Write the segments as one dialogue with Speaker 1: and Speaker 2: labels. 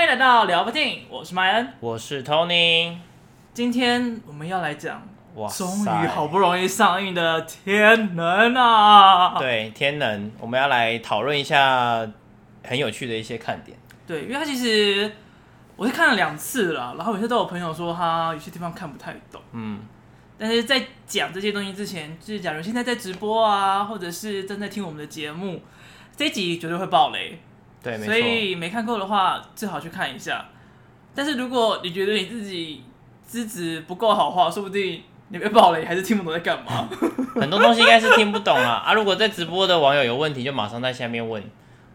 Speaker 1: 迎来到聊不定，我是麦恩。
Speaker 2: 我是 Tony，
Speaker 1: 今天我们要来讲，
Speaker 2: 哇塞，
Speaker 1: 终于好不容易上映的《天能》啊！
Speaker 2: 对天能，我们要来讨论一下很有趣的一些看点。
Speaker 1: 对，因为它其实我是看了两次了，然后有些都有朋友说他有些地方看不太懂。
Speaker 2: 嗯，
Speaker 1: 但是在讲这些东西之前，就是假如现在在直播啊，或者是正在听我们的节目，这一集绝对会爆雷，
Speaker 2: 对，没
Speaker 1: 所
Speaker 2: 错，
Speaker 1: 以没看过的话，最好去看一下。但是如果你觉得你自己资质不够好的话，说不定你被爆雷还是听不懂在干嘛。
Speaker 2: 很多东西应该是听不懂啦。啊， 如果在直播的网友有问题，就马上在下面问。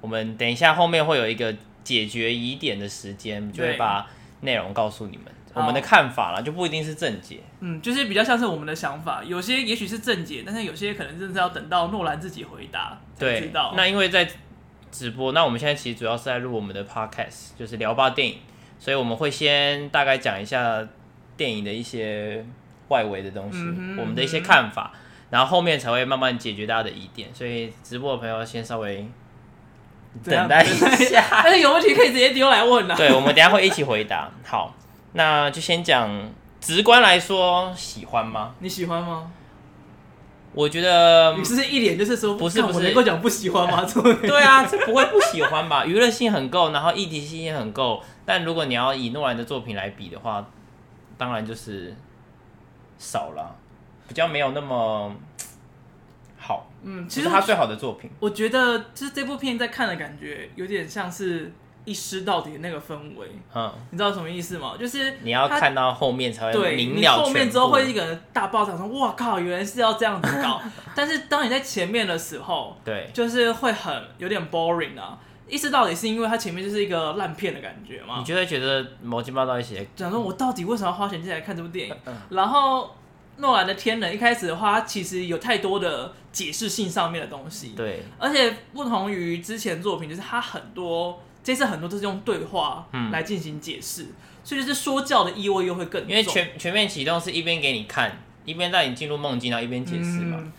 Speaker 2: 我们等一下后面会有一个解决疑点的时间，就会
Speaker 1: 对
Speaker 2: 把内容告诉你们
Speaker 1: 好
Speaker 2: 我们的看法啦，就不一定是正解。
Speaker 1: 嗯，就是比较像是我们的想法，有些也许是正解，但是有些可能真的是要等到诺兰自己回答才知
Speaker 2: 对
Speaker 1: 道。，
Speaker 2: 那因为在直播，那我们现在其实主要是在录我们的 podcast，就是聊吧电影，所以我们会先大概讲一下电影的一些外围的东西，
Speaker 1: 嗯哼
Speaker 2: 我们的一些
Speaker 1: 嗯哼
Speaker 2: 看法，然后后面才会慢慢解决大家的疑点。所以直播的朋友先稍微
Speaker 1: 怎样
Speaker 2: 等待一下，
Speaker 1: 但是有问题可以直接丢来问啊。
Speaker 2: 对，我们等一下会一起回答。好，那就先讲直观来说，喜欢吗？
Speaker 1: 你喜欢吗？
Speaker 2: 我觉得
Speaker 1: 你是不是一脸就是说
Speaker 2: 嗯不是
Speaker 1: 干
Speaker 2: 不
Speaker 1: 我
Speaker 2: 是
Speaker 1: 能够讲不喜欢 吗？这种
Speaker 2: 对啊，这不会不喜欢吧？娱乐性很够，然后议题性也很够。但如果你要以诺兰的作品来比的话，当然就是少了，比较没有那么好。
Speaker 1: 嗯，
Speaker 2: 这
Speaker 1: 其
Speaker 2: 是
Speaker 1: 实
Speaker 2: 他最好的作品。
Speaker 1: 我觉得就是这部片在看的感觉有点像是一尸到底的那个氛围，
Speaker 2: 嗯，
Speaker 1: 你知道什么意思吗？就是
Speaker 2: 你要
Speaker 1: 它
Speaker 2: 看到后面才会
Speaker 1: 对，
Speaker 2: 嗯明
Speaker 1: 你
Speaker 2: 了
Speaker 1: 后面
Speaker 2: 全
Speaker 1: 之后
Speaker 2: 部
Speaker 1: 会一个人大爆炸，说哇靠，原来是要这样子搞。 但是当你在前面的时候，
Speaker 2: 对
Speaker 1: 就是会很有点 boring 啊。意识到底是因为它前面就是一个烂片的感觉嘛
Speaker 2: 你，就会觉得毛巾报到一起。
Speaker 1: 想说我到底为什么要花钱进来看这部电影
Speaker 2: 嗯？
Speaker 1: 然后诺兰的《天人》一开始的话，它其实有太多的解释性上面的东西，
Speaker 2: 对，
Speaker 1: 而且不同于之前作品，就是它很多这次很多都是用对话
Speaker 2: 嗯
Speaker 1: 来进行解释，所以就是说教的意味又会更重，
Speaker 2: 因为全全面启动是一边给你看，一边带你进入梦境，然后一边解释嘛。
Speaker 1: 嗯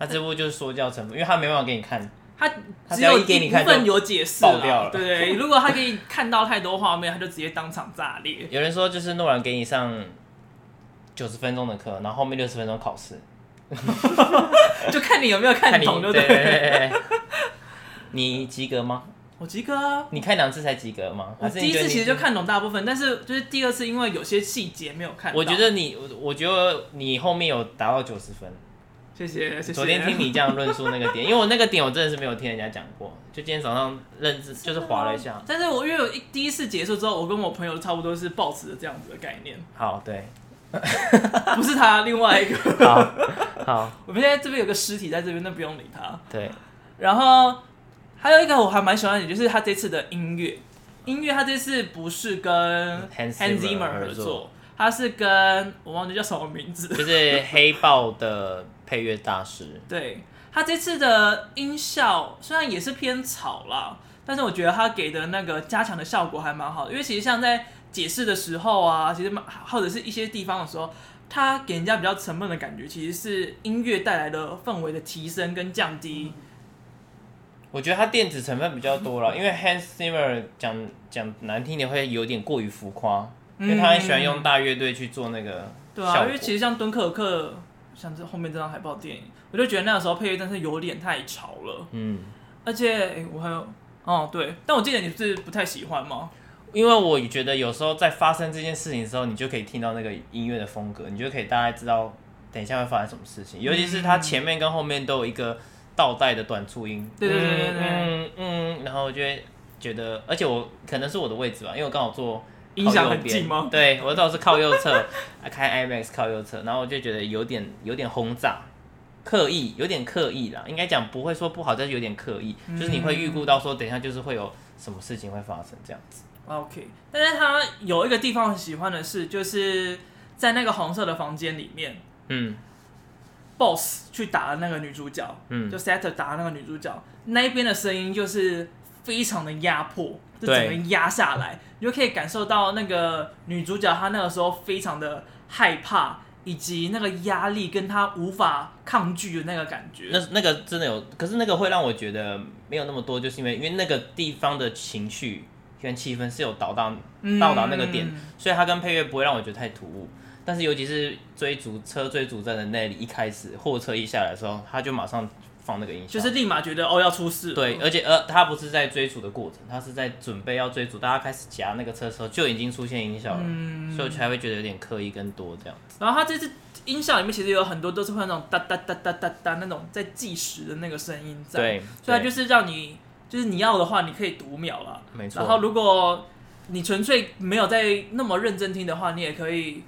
Speaker 2: 那这部就是说教成分，因为他没办法给你看。
Speaker 1: 他只
Speaker 2: 他只要
Speaker 1: 有
Speaker 2: 一给你
Speaker 1: 一
Speaker 2: 看
Speaker 1: 部分
Speaker 2: 就
Speaker 1: 有解释
Speaker 2: 爆掉
Speaker 1: 啦
Speaker 2: 了
Speaker 1: 对对，如果他给你看到太多画面，他就直接当场炸裂。
Speaker 2: 有人说就是诺兰给你上九十分钟的课，然后后面六十分钟考试，
Speaker 1: 就看你有没有看
Speaker 2: 你
Speaker 1: 懂，
Speaker 2: 对
Speaker 1: 对不对？
Speaker 2: 对对 你及格吗？
Speaker 1: 我及格啊！
Speaker 2: 你看两次才及格吗？
Speaker 1: 我
Speaker 2: 还是
Speaker 1: 第
Speaker 2: 你
Speaker 1: 一
Speaker 2: 觉得
Speaker 1: 次
Speaker 2: 你
Speaker 1: 其实就，看懂大部分，但是就是第二次，因为有些细节没有看到。
Speaker 2: 我觉得你，我我觉得你后面有达到九十分。
Speaker 1: 谢谢谢谢。
Speaker 2: 昨天听你这样论述那 个点，因为我那个点我真的是没有听人家讲过，就今天早上认知就是划了一下。
Speaker 1: 但是我因为我一第一次结束之后，我跟我朋友差不多是抱持着这样子的概念，
Speaker 2: 好，对，
Speaker 1: 不是他另外一个。
Speaker 2: 好，好，
Speaker 1: 我们现在这边有个尸体在这边，那不用理他。
Speaker 2: 对，
Speaker 1: 然后还有一个我还蛮喜欢的，就是他这次的音乐，音乐他这次不是跟
Speaker 2: Hans
Speaker 1: Hans
Speaker 2: Zimmer
Speaker 1: Zimmer 合
Speaker 2: 合作
Speaker 1: 作，他是跟我忘记叫什么名字。
Speaker 2: 就是黑豹的配乐大师，
Speaker 1: 对他这次的音效虽然也是偏吵啦，但是我觉得他给的那个加强的效果还蛮好的，因为其实像在解释的时候啊，其实蛮或者是一些地方的时候。他给人家比较沉闷的感觉，其实是音乐带来的氛围的提升跟降低。
Speaker 2: 我觉得它电子成分比较多 了，因为 Hans Zimmer 讲讲难听点会有点过于浮夸，因为他很喜欢用大乐队去做那个
Speaker 1: 嗯对
Speaker 2: 效
Speaker 1: 啊，
Speaker 2: 果
Speaker 1: 因为其实像敦刻尔克，像这后面这张海报电影，我就觉得那个时候配乐真是有点太吵了，
Speaker 2: 嗯，
Speaker 1: 而且、诶我还有，哦对，但我记得你是不太喜欢吗？
Speaker 2: 因为我觉得有时候在发生这件事情的时候，你就可以听到那个音乐的风格，你就可以大概知道等一下会发生什么事情，尤
Speaker 1: 嗯
Speaker 2: 其是它前面跟后面都有一个倒带的短促音，
Speaker 1: 对对对对对
Speaker 2: 嗯嗯嗯，然后我就会觉得，而且我可能是我的位置吧，因为我刚好坐
Speaker 1: 音响
Speaker 2: 靠右
Speaker 1: 很近
Speaker 2: 边
Speaker 1: 吗
Speaker 2: 对，我倒是靠右侧，啊开 IMAX 靠右侧，然后我就觉得有点有点轰炸，刻意有点刻意啦，应该讲不会说不好，但是有点刻意，就是你
Speaker 1: 嗯
Speaker 2: 会预估到说等一下就是会有什么事情会发生这样子。
Speaker 1: OK，但是他有一个地方很喜欢的是，就是在那个红色的房间里面
Speaker 2: 嗯
Speaker 1: ，BOSS 去打了那个女主角，
Speaker 2: 嗯
Speaker 1: 就 Setter 打了那个女主角，那一边的声音就是非常的压迫，就整
Speaker 2: 对
Speaker 1: 个压下来，你就可以感受到那个女主角她那个时候非常的害怕，以及那个压力跟她无法抗拒的那个感觉。
Speaker 2: 那那个真的有，可是那个会让我觉得没有那么多，就是因为因为那个地方的情绪跟气氛是有导到
Speaker 1: 嗯
Speaker 2: 到达那个点，所以它跟配乐不会让我觉得太突兀。但是尤其是追逐车追逐战的那里，一开始货车一下来的时候，他就马上放那个音效，
Speaker 1: 就是立马觉得哦要出事了，
Speaker 2: 对，而且呃，他不是在追逐的过程，他是在准备要追逐，大家开始夹那个车的时候就已经出现音效了，
Speaker 1: 嗯
Speaker 2: 所以我才会觉得有点刻意跟多这样。
Speaker 1: 然后它这次音效里面其实有很多都是会有那种哒哒哒哒哒哒那种在计时的那个声音在，，
Speaker 2: 对，
Speaker 1: 所以它就是是让你就是你要的话你可以读秒了，
Speaker 2: 没错。
Speaker 1: 然后如果你纯粹没有在那么认真听的话，你也可以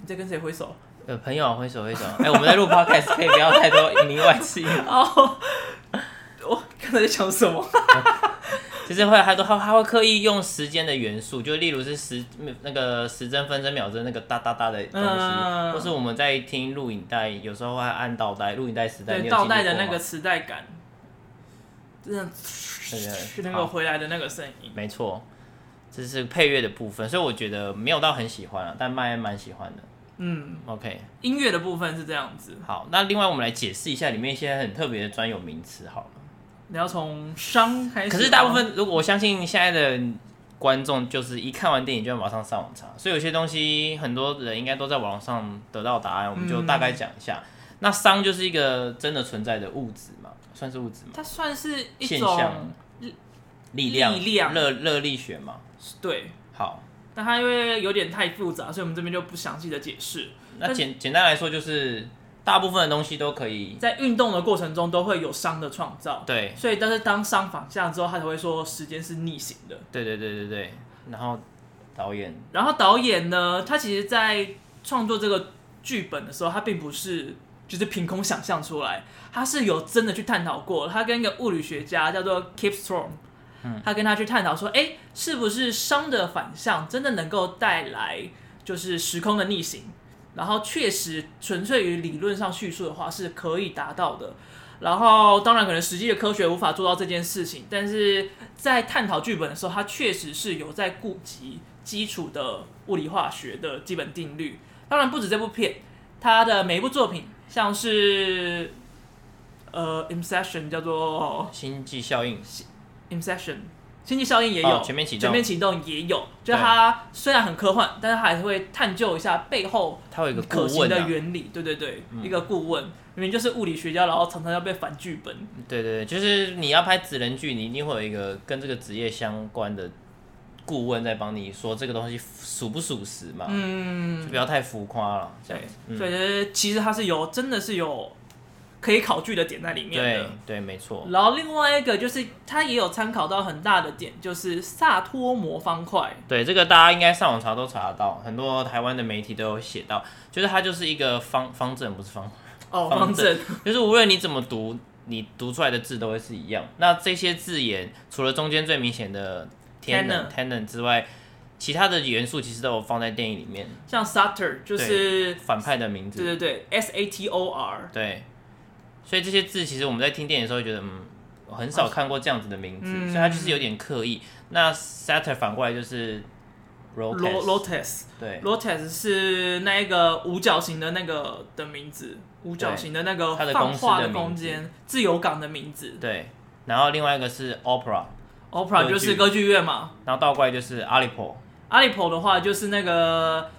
Speaker 1: 你在跟谁挥手
Speaker 2: 呃，朋友啊挥手挥手，哎、我们在录 podcast 可以不要太多 名外之音，
Speaker 1: 哦。我刚才在想什 么？
Speaker 2: 就是会还都他他会刻意用时间的元素，就例如是时那个时针、分针、秒针那个哒哒哒的东西，
Speaker 1: 嗯
Speaker 2: 或是我们在听录影带，有时候会按倒带，录影带时代，你
Speaker 1: 对，
Speaker 2: 有
Speaker 1: 倒
Speaker 2: 经历
Speaker 1: 带的
Speaker 2: 过
Speaker 1: 那
Speaker 2: 吗
Speaker 1: 个磁带感，真的
Speaker 2: 对
Speaker 1: 那
Speaker 2: 好
Speaker 1: 个回来的那个声音。
Speaker 2: 没错，这是配乐的部分，所以我觉得没有到很喜欢啊，但蛮蛮喜欢的。
Speaker 1: 嗯，
Speaker 2: OK，
Speaker 1: 音乐的部分是这样子。
Speaker 2: 好，那另外我们来解释一下里面一些很特别的专有名词好了。
Speaker 1: 你要从伤开始吗，
Speaker 2: 可是大部分，如果我相信现在的观众，就是一看完电影就要马上上网查，所以有些东西很多人应该都在网上得到答案，我们就大概讲一下。那熵就是一个真的存在的物质嘛，算是物质嘛，
Speaker 1: 它算是一
Speaker 2: 现
Speaker 1: 种
Speaker 2: 象力量、
Speaker 1: 力量
Speaker 2: 热热力学嘛。
Speaker 1: 对，
Speaker 2: 好，
Speaker 1: 但它因为有点太复杂，所以我们这边就不详细的解释。
Speaker 2: 那
Speaker 1: 但
Speaker 2: 简简单来说就是大部分的东西都可以
Speaker 1: 在运动的过程中都会有伤的创造，
Speaker 2: 对
Speaker 1: 所以但是当伤反向之后，他才会说时间是逆行的。
Speaker 2: 对对对对对，然后导演
Speaker 1: 然后导演呢，他其实在创作这个剧本的时候，他并不是就是凭空想象出来，他是有真的去探讨过。他跟一个物理学家叫做 Kip Storm，他跟他去探讨说，哎，是不是熵的反向真的能够带来就是时空的逆行？然后确实，纯粹于理论上叙述的话是可以达到的。然后，当然可能实际的科学无法做到这件事情，但是在探讨剧本的时候，它确实是有在顾及基础的物理化学的基本定律。当然，不止这部片，它的每一部作品，像是呃《Inception》叫做
Speaker 2: 星际效应
Speaker 1: 《Inception》，星际效应也有，
Speaker 2: 哦全面启动
Speaker 1: 全面启动也有，就是它虽然很科幻，但是它还是会探究一下背后
Speaker 2: 它有一个
Speaker 1: 可
Speaker 2: 顾
Speaker 1: 行
Speaker 2: 问、
Speaker 1: 的
Speaker 2: 啊，嗯
Speaker 1: 原理。对对对，一个顾问，明明就是物理学家，然后常常要被反剧本。
Speaker 2: 对对对，就是你要拍纸人剧，你一定会有一个跟这个职业相关的顾问在帮你说这个东西属不属实嘛，
Speaker 1: 嗯，
Speaker 2: 就不要太浮夸了，这
Speaker 1: 对
Speaker 2: 样子，，
Speaker 1: 所以就是其实它是有真的是有可以考据的点在里面
Speaker 2: 对
Speaker 1: 的。
Speaker 2: 对，没错，
Speaker 1: 然后另外一个就是，它也有参考到很大的点，就是萨托魔方块。
Speaker 2: 对这个大家应该上网查都查得到，很多台湾的媒体都有写到，就是它就是一个方方阵，不是方
Speaker 1: 哦，
Speaker 2: 方
Speaker 1: 方阵，
Speaker 2: 就是无论你怎么读，你读出来的字都会是一样。那这些字眼，除了中间最明显的
Speaker 1: Tenon
Speaker 2: tenon tenon 之外，其他的元素其实都有放在电影里面。
Speaker 1: 像 Sator 就是，
Speaker 2: 反派的名
Speaker 1: 对
Speaker 2: 字，
Speaker 1: 对对，S A T O R，
Speaker 2: 对，所以这些字其实我们在听电影的时候会觉得，嗯，我很少看过这样子的名字，
Speaker 1: 嗯
Speaker 2: 所以它就是有点刻意。那 Saturn 反过来就是 r o t
Speaker 1: Lo-
Speaker 2: e
Speaker 1: Lotus。
Speaker 2: 对
Speaker 1: Lotus 是那一个五角形的那个的名字，五角形的那个
Speaker 2: 它的
Speaker 1: 放
Speaker 2: 公司
Speaker 1: 话
Speaker 2: 的名字
Speaker 1: 空间，自由港的名字。
Speaker 2: 对，然后另外一个是 Opera，
Speaker 1: Opera 就是歌剧院嘛。
Speaker 2: 然后倒过来就是 Alipo，
Speaker 1: 阿里婆的话就是那个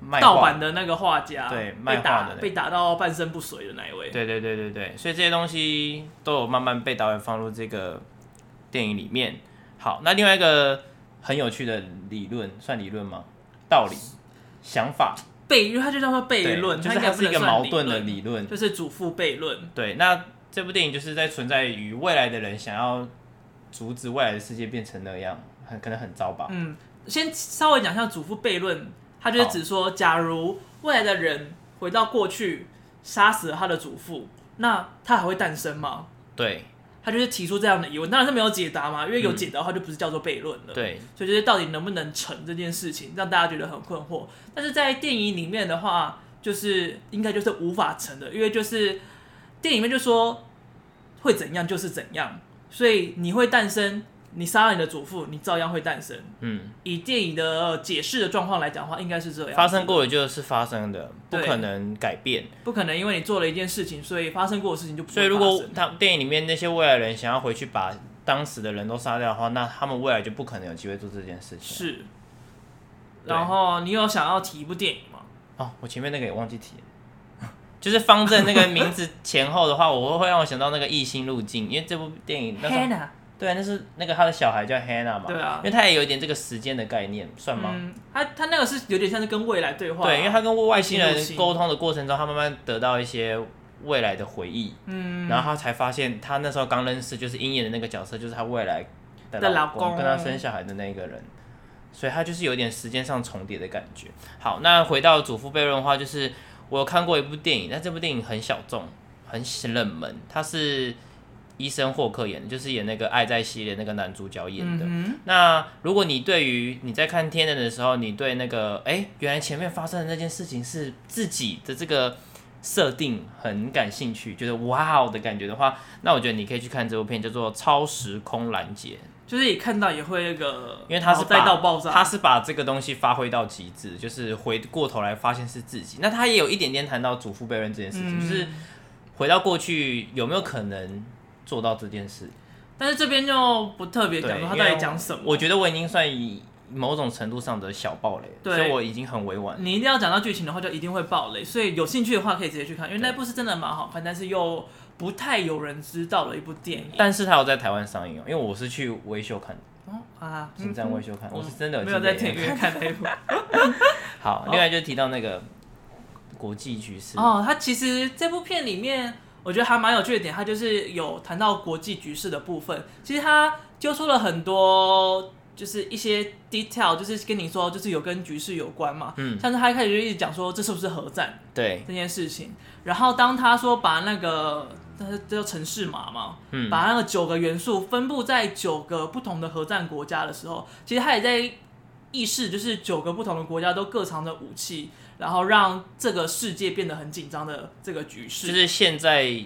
Speaker 2: 卖
Speaker 1: 盗
Speaker 2: 画
Speaker 1: 版的那个画家，
Speaker 2: 对卖
Speaker 1: 被
Speaker 2: 画
Speaker 1: 打
Speaker 2: 的那
Speaker 1: 被打到半身不遂的那一位。
Speaker 2: 对对对对对，所以这些东西都有慢慢被导演放入这个电影里面。好，那另外一个很有趣的理论，算理论吗？道理、想法，
Speaker 1: 悖，因为它就叫做悖
Speaker 2: 对
Speaker 1: 论，
Speaker 2: 就是
Speaker 1: 应该
Speaker 2: 它
Speaker 1: 不
Speaker 2: 是一
Speaker 1: 能
Speaker 2: 个
Speaker 1: 算
Speaker 2: 矛盾的
Speaker 1: 论，
Speaker 2: 理论。
Speaker 1: 就是主妇悖论。
Speaker 2: 对，那这部电影就是在存在于未来的人想要阻止未来的世界变成那样，很可能很糟吧。
Speaker 1: 嗯，先稍微讲一下祖父悖论，他就是指说，假如未来的人回到过去杀死了他的祖父，那他还会诞生吗？
Speaker 2: 对
Speaker 1: 他就是提出这样的疑问，当然是没有解答嘛，因为有解答的话就不是叫做悖论了。，
Speaker 2: 对，
Speaker 1: 所以就是到底能不能成这件事情，让大家觉得很困惑。但是在电影里面的话，就是应该就是无法成的，因为就是电影里面就说会怎样就是怎样，所以你会诞生，你杀了你的祖父，你照样会诞生。
Speaker 2: 嗯，
Speaker 1: 以电影的解释的状况来讲的话，应该是这样。
Speaker 2: 发生，过的就是发生的，不
Speaker 1: 对
Speaker 2: 可能改变。
Speaker 1: 不可能因为你做了一件事情，所以发生过的事情就不会
Speaker 2: 所以如
Speaker 1: 发
Speaker 2: 果
Speaker 1: 生
Speaker 2: 他电影里面那些未来人想要回去把当时的人都杀掉的话，那他们未来就不可能有机会做这件事情。
Speaker 1: 是。
Speaker 2: 对
Speaker 1: 然后你有想要提一部电影吗？
Speaker 2: 哦，我前面那个也忘记提了，就是方正那个名字前后的话，我会会让我想到那个《异星路径》，因为这部电影那时候
Speaker 1: Hannah，
Speaker 2: 对，啊那是那个他的小孩叫 Hannah 嘛，
Speaker 1: 对啊
Speaker 2: 因为他也有一点这个时间的概念，算吗？
Speaker 1: 嗯，他他那个是有点像是跟未来对话啊、
Speaker 2: 对，因为他跟外星
Speaker 1: 异星路
Speaker 2: 人
Speaker 1: 径
Speaker 2: 沟通的过程中，他慢慢得到一些未来的回忆，
Speaker 1: 嗯，
Speaker 2: 然后他才发现，他那时候刚认识就是鹰眼的那个角色，就是他未来的
Speaker 1: 的老
Speaker 2: 老公，
Speaker 1: 公
Speaker 2: 跟他生小孩的那个人，所以他就是有点时间上重叠的感觉。好，那回到祖父悖论的话，就是我有看过一部电影，但这部电影很小众，很冷门，他是医生霍克演的，就是演那个《爱在西》的那个男主角演的。
Speaker 1: 嗯
Speaker 2: 那如果你对于你在看《天人》的时候，你对那个哎、诶原来前面发生的那件事情是自己的这个设定很感兴趣，觉得哇哦的感觉的话，那我觉得你可以去看这部片，叫做《超时空拦截》，
Speaker 1: 哼，就是你看到也会那个，
Speaker 2: 因为它是
Speaker 1: 再
Speaker 2: 把
Speaker 1: 哦到爆炸，
Speaker 2: 它是把这个东西发挥到极致，就是回过头来发现是自己。那它也有一点点谈到祖父悖论这件事情，
Speaker 1: 嗯
Speaker 2: 就是回到过去有没有可能做到这件事？
Speaker 1: 但是这边就不特别讲
Speaker 2: 对，
Speaker 1: 说他
Speaker 2: 因
Speaker 1: 到
Speaker 2: 为
Speaker 1: 底讲什么。
Speaker 2: 我觉得我已经算以某种程度上的小暴雷了，
Speaker 1: 对
Speaker 2: 所以我已经很委婉。
Speaker 1: 你一定要讲到剧情的话，就一定会爆雷，所以有兴趣的话可以直接去看，因为那部是真的蛮好看，但是又不太有人知道的一部电影。
Speaker 2: 但是它有在台湾上映哦，因为我是去维修看的，
Speaker 1: 哦啊，
Speaker 2: 新站维修看，我是真的有
Speaker 1: 没有在电
Speaker 2: 进电
Speaker 1: 影
Speaker 2: 影院
Speaker 1: 院看那一部。
Speaker 2: 看。好，另外就提到那个国际局势，
Speaker 1: 哦，他其实这部片里面，我觉得还蛮有趣的点，他就是有谈到国际局势的部分。其实他揪出了很多，就是一些 detail，就是跟你说，就是有跟局势有关嘛。
Speaker 2: 嗯
Speaker 1: 像是他一开始就一直讲说，这是不是核战
Speaker 2: 对，
Speaker 1: 这件事情。然后当他说把那个，他叫城市码嘛，
Speaker 2: 嗯
Speaker 1: 把那个九个元素分布在九个不同的核战国家的时候，其实他也在意识，就是九个不同的国家都各藏着武器，然后让这个世界变得很紧张的这个局势。
Speaker 2: 就是现在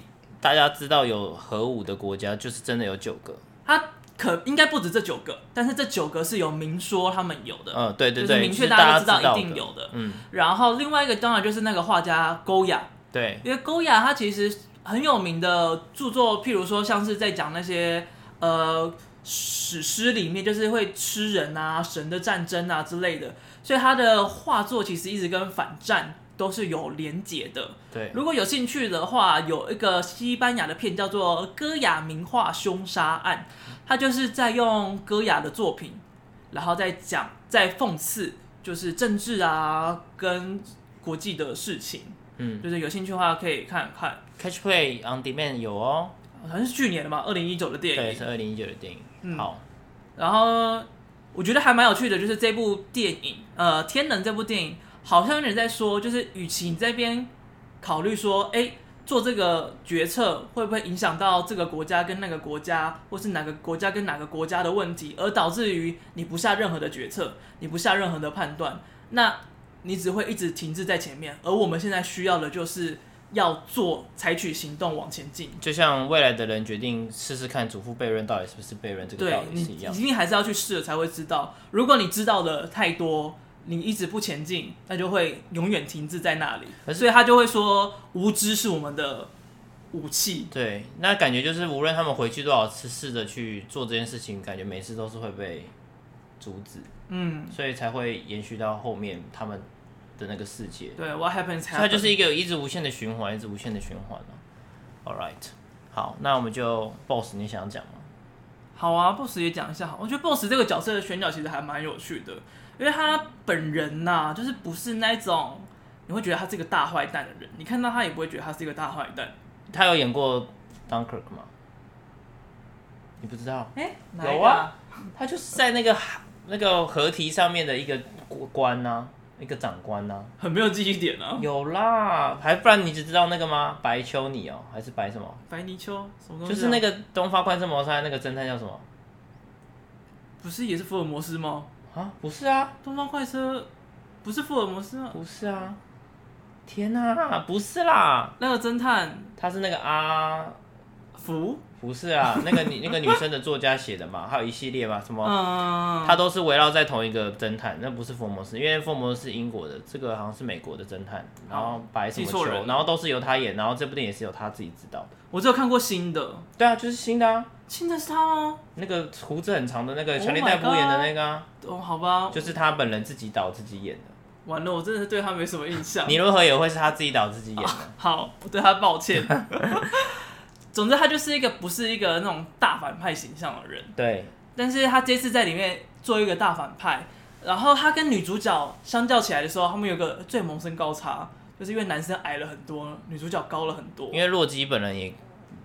Speaker 2: 大家知道有核武的国家，就是真的有九个，
Speaker 1: 他可应该不止这九个，但是这九个是有明说他们有的，
Speaker 2: 嗯，对对
Speaker 1: 就是
Speaker 2: 对，
Speaker 1: 明
Speaker 2: 就
Speaker 1: 确
Speaker 2: 是
Speaker 1: 大家
Speaker 2: 大
Speaker 1: 都知道
Speaker 2: 道
Speaker 1: 一定有的。
Speaker 2: 嗯，
Speaker 1: 然后另外一个当然就是那个画家勾雅，
Speaker 2: 对，
Speaker 1: 因为勾雅他其实很有名的著作，譬如说像是在讲那些呃史诗里面，就是会吃人啊、神的战争啊之类的，所以他的画作其实一直跟反战都是有连结的。
Speaker 2: 对，
Speaker 1: 如果有兴趣的话，有一个西班牙的片叫做《戈雅名画凶杀案》，它就是在用戈雅的作品，然后再讲、再讽刺，就是政治啊跟国际的事情。
Speaker 2: 嗯
Speaker 1: 就是有兴趣的话可以看看，
Speaker 2: Catch Play on Demand 有哦，
Speaker 1: 好像是去年的嘛，二零一九的电
Speaker 2: 对，
Speaker 1: 影。
Speaker 2: 是二零一九的电影，
Speaker 1: 嗯
Speaker 2: 好，
Speaker 1: 然后我觉得还蛮有趣的，就是这部电影，呃，《天能》这部电影，好像有人在说，就是与其你这边考虑说，哎，做这个决策会不会影响到这个国家跟那个国家，或是哪个国家跟哪个国家的问题，而导致于你不下任何的决策，你不下任何的判断，那你只会一直停滞在前面。而我们现在需要的就是要做，采取行动往前进。
Speaker 2: 就像未来的人决定试试看祖父悖论到底是不是悖论这个道
Speaker 1: 对
Speaker 2: 理
Speaker 1: 你
Speaker 2: 是一样的。
Speaker 1: 一定还是要去试了才会知道。如果你知道的太多，你一直不前进，那就会永远停滞在那里。
Speaker 2: 可是
Speaker 1: 所以他就会说，无知是我们的武器。
Speaker 2: 对，那感觉就是无论他们回去多少次试着去做这件事情，感觉每次都是会被阻止，
Speaker 1: 嗯，
Speaker 2: 所以才会延续到后面他们的那个世界。
Speaker 1: 对，What happens happens。
Speaker 2: 所以它就是一个一直无限的循环，一直无限的循环啊。All right，好，那我们就 boss，你想讲吗？
Speaker 1: 好啊，BOSS 也讲一下好。我觉得 BOSS 这个角色的选角其实还蛮有趣的，因为他本人呐、就是不是那种你会觉得他是一个大坏蛋的人，你看到他也不会觉得他是一个大坏蛋。
Speaker 2: 他有演过 Dunkirk 吗？你不知道，
Speaker 1: 哎、
Speaker 2: 哪一个啊有啊，他就是在那个那个合体上面的一个官呐、一个长官呐、
Speaker 1: 很没有记忆点啊。
Speaker 2: 有啦，还不然你只知道那个吗？白丘你哦、还是白什么？
Speaker 1: 白泥鳅什么东西啊、
Speaker 2: 就是那个东方快车谋杀案那个侦探叫什么
Speaker 1: 不是也是福尔摩斯吗？
Speaker 2: 啊？不是啊，
Speaker 1: 东方快车不是福尔摩斯吗？
Speaker 2: 不是啊！天哪、不是啦，
Speaker 1: 那个侦探
Speaker 2: 他是那个阿
Speaker 1: 服，
Speaker 2: 啊不是啊，那个女那个女生的作家写的嘛，还有一系列嘛，什么，
Speaker 1: 嗯，
Speaker 2: 它都是围绕在同一个侦探，那不是福尔摩斯，因为福尔摩斯是英国的，这个好像是美国的侦探，然后白什
Speaker 1: 记
Speaker 2: 么
Speaker 1: 错
Speaker 2: 球
Speaker 1: 人，了
Speaker 2: 然后都是由他演，然后这部电影也是由他自己指导的。
Speaker 1: 我只有看过新的，
Speaker 2: 对啊，就是新的啊，
Speaker 1: 新的是他吗？
Speaker 2: 那个胡子很长的那个
Speaker 1: Oh
Speaker 2: 强烈戴夫演的那个啊，
Speaker 1: 哦，好吧，
Speaker 2: 就是他本人自己导自己演的。
Speaker 1: 完了，我真的是对他没什么印象。
Speaker 2: 你如何也会是他自己导自己演 的，
Speaker 1: 好，我对他抱歉。 总之，他就是一个不是一个那种大反派形象的人，
Speaker 2: 对，
Speaker 1: 但是他这次在里面做一个大反派，然后他跟女主角相较起来的时候，他们有个最萌身高差，就是因为男生矮了很多，女主角高了很多
Speaker 2: 因。为洛基本人也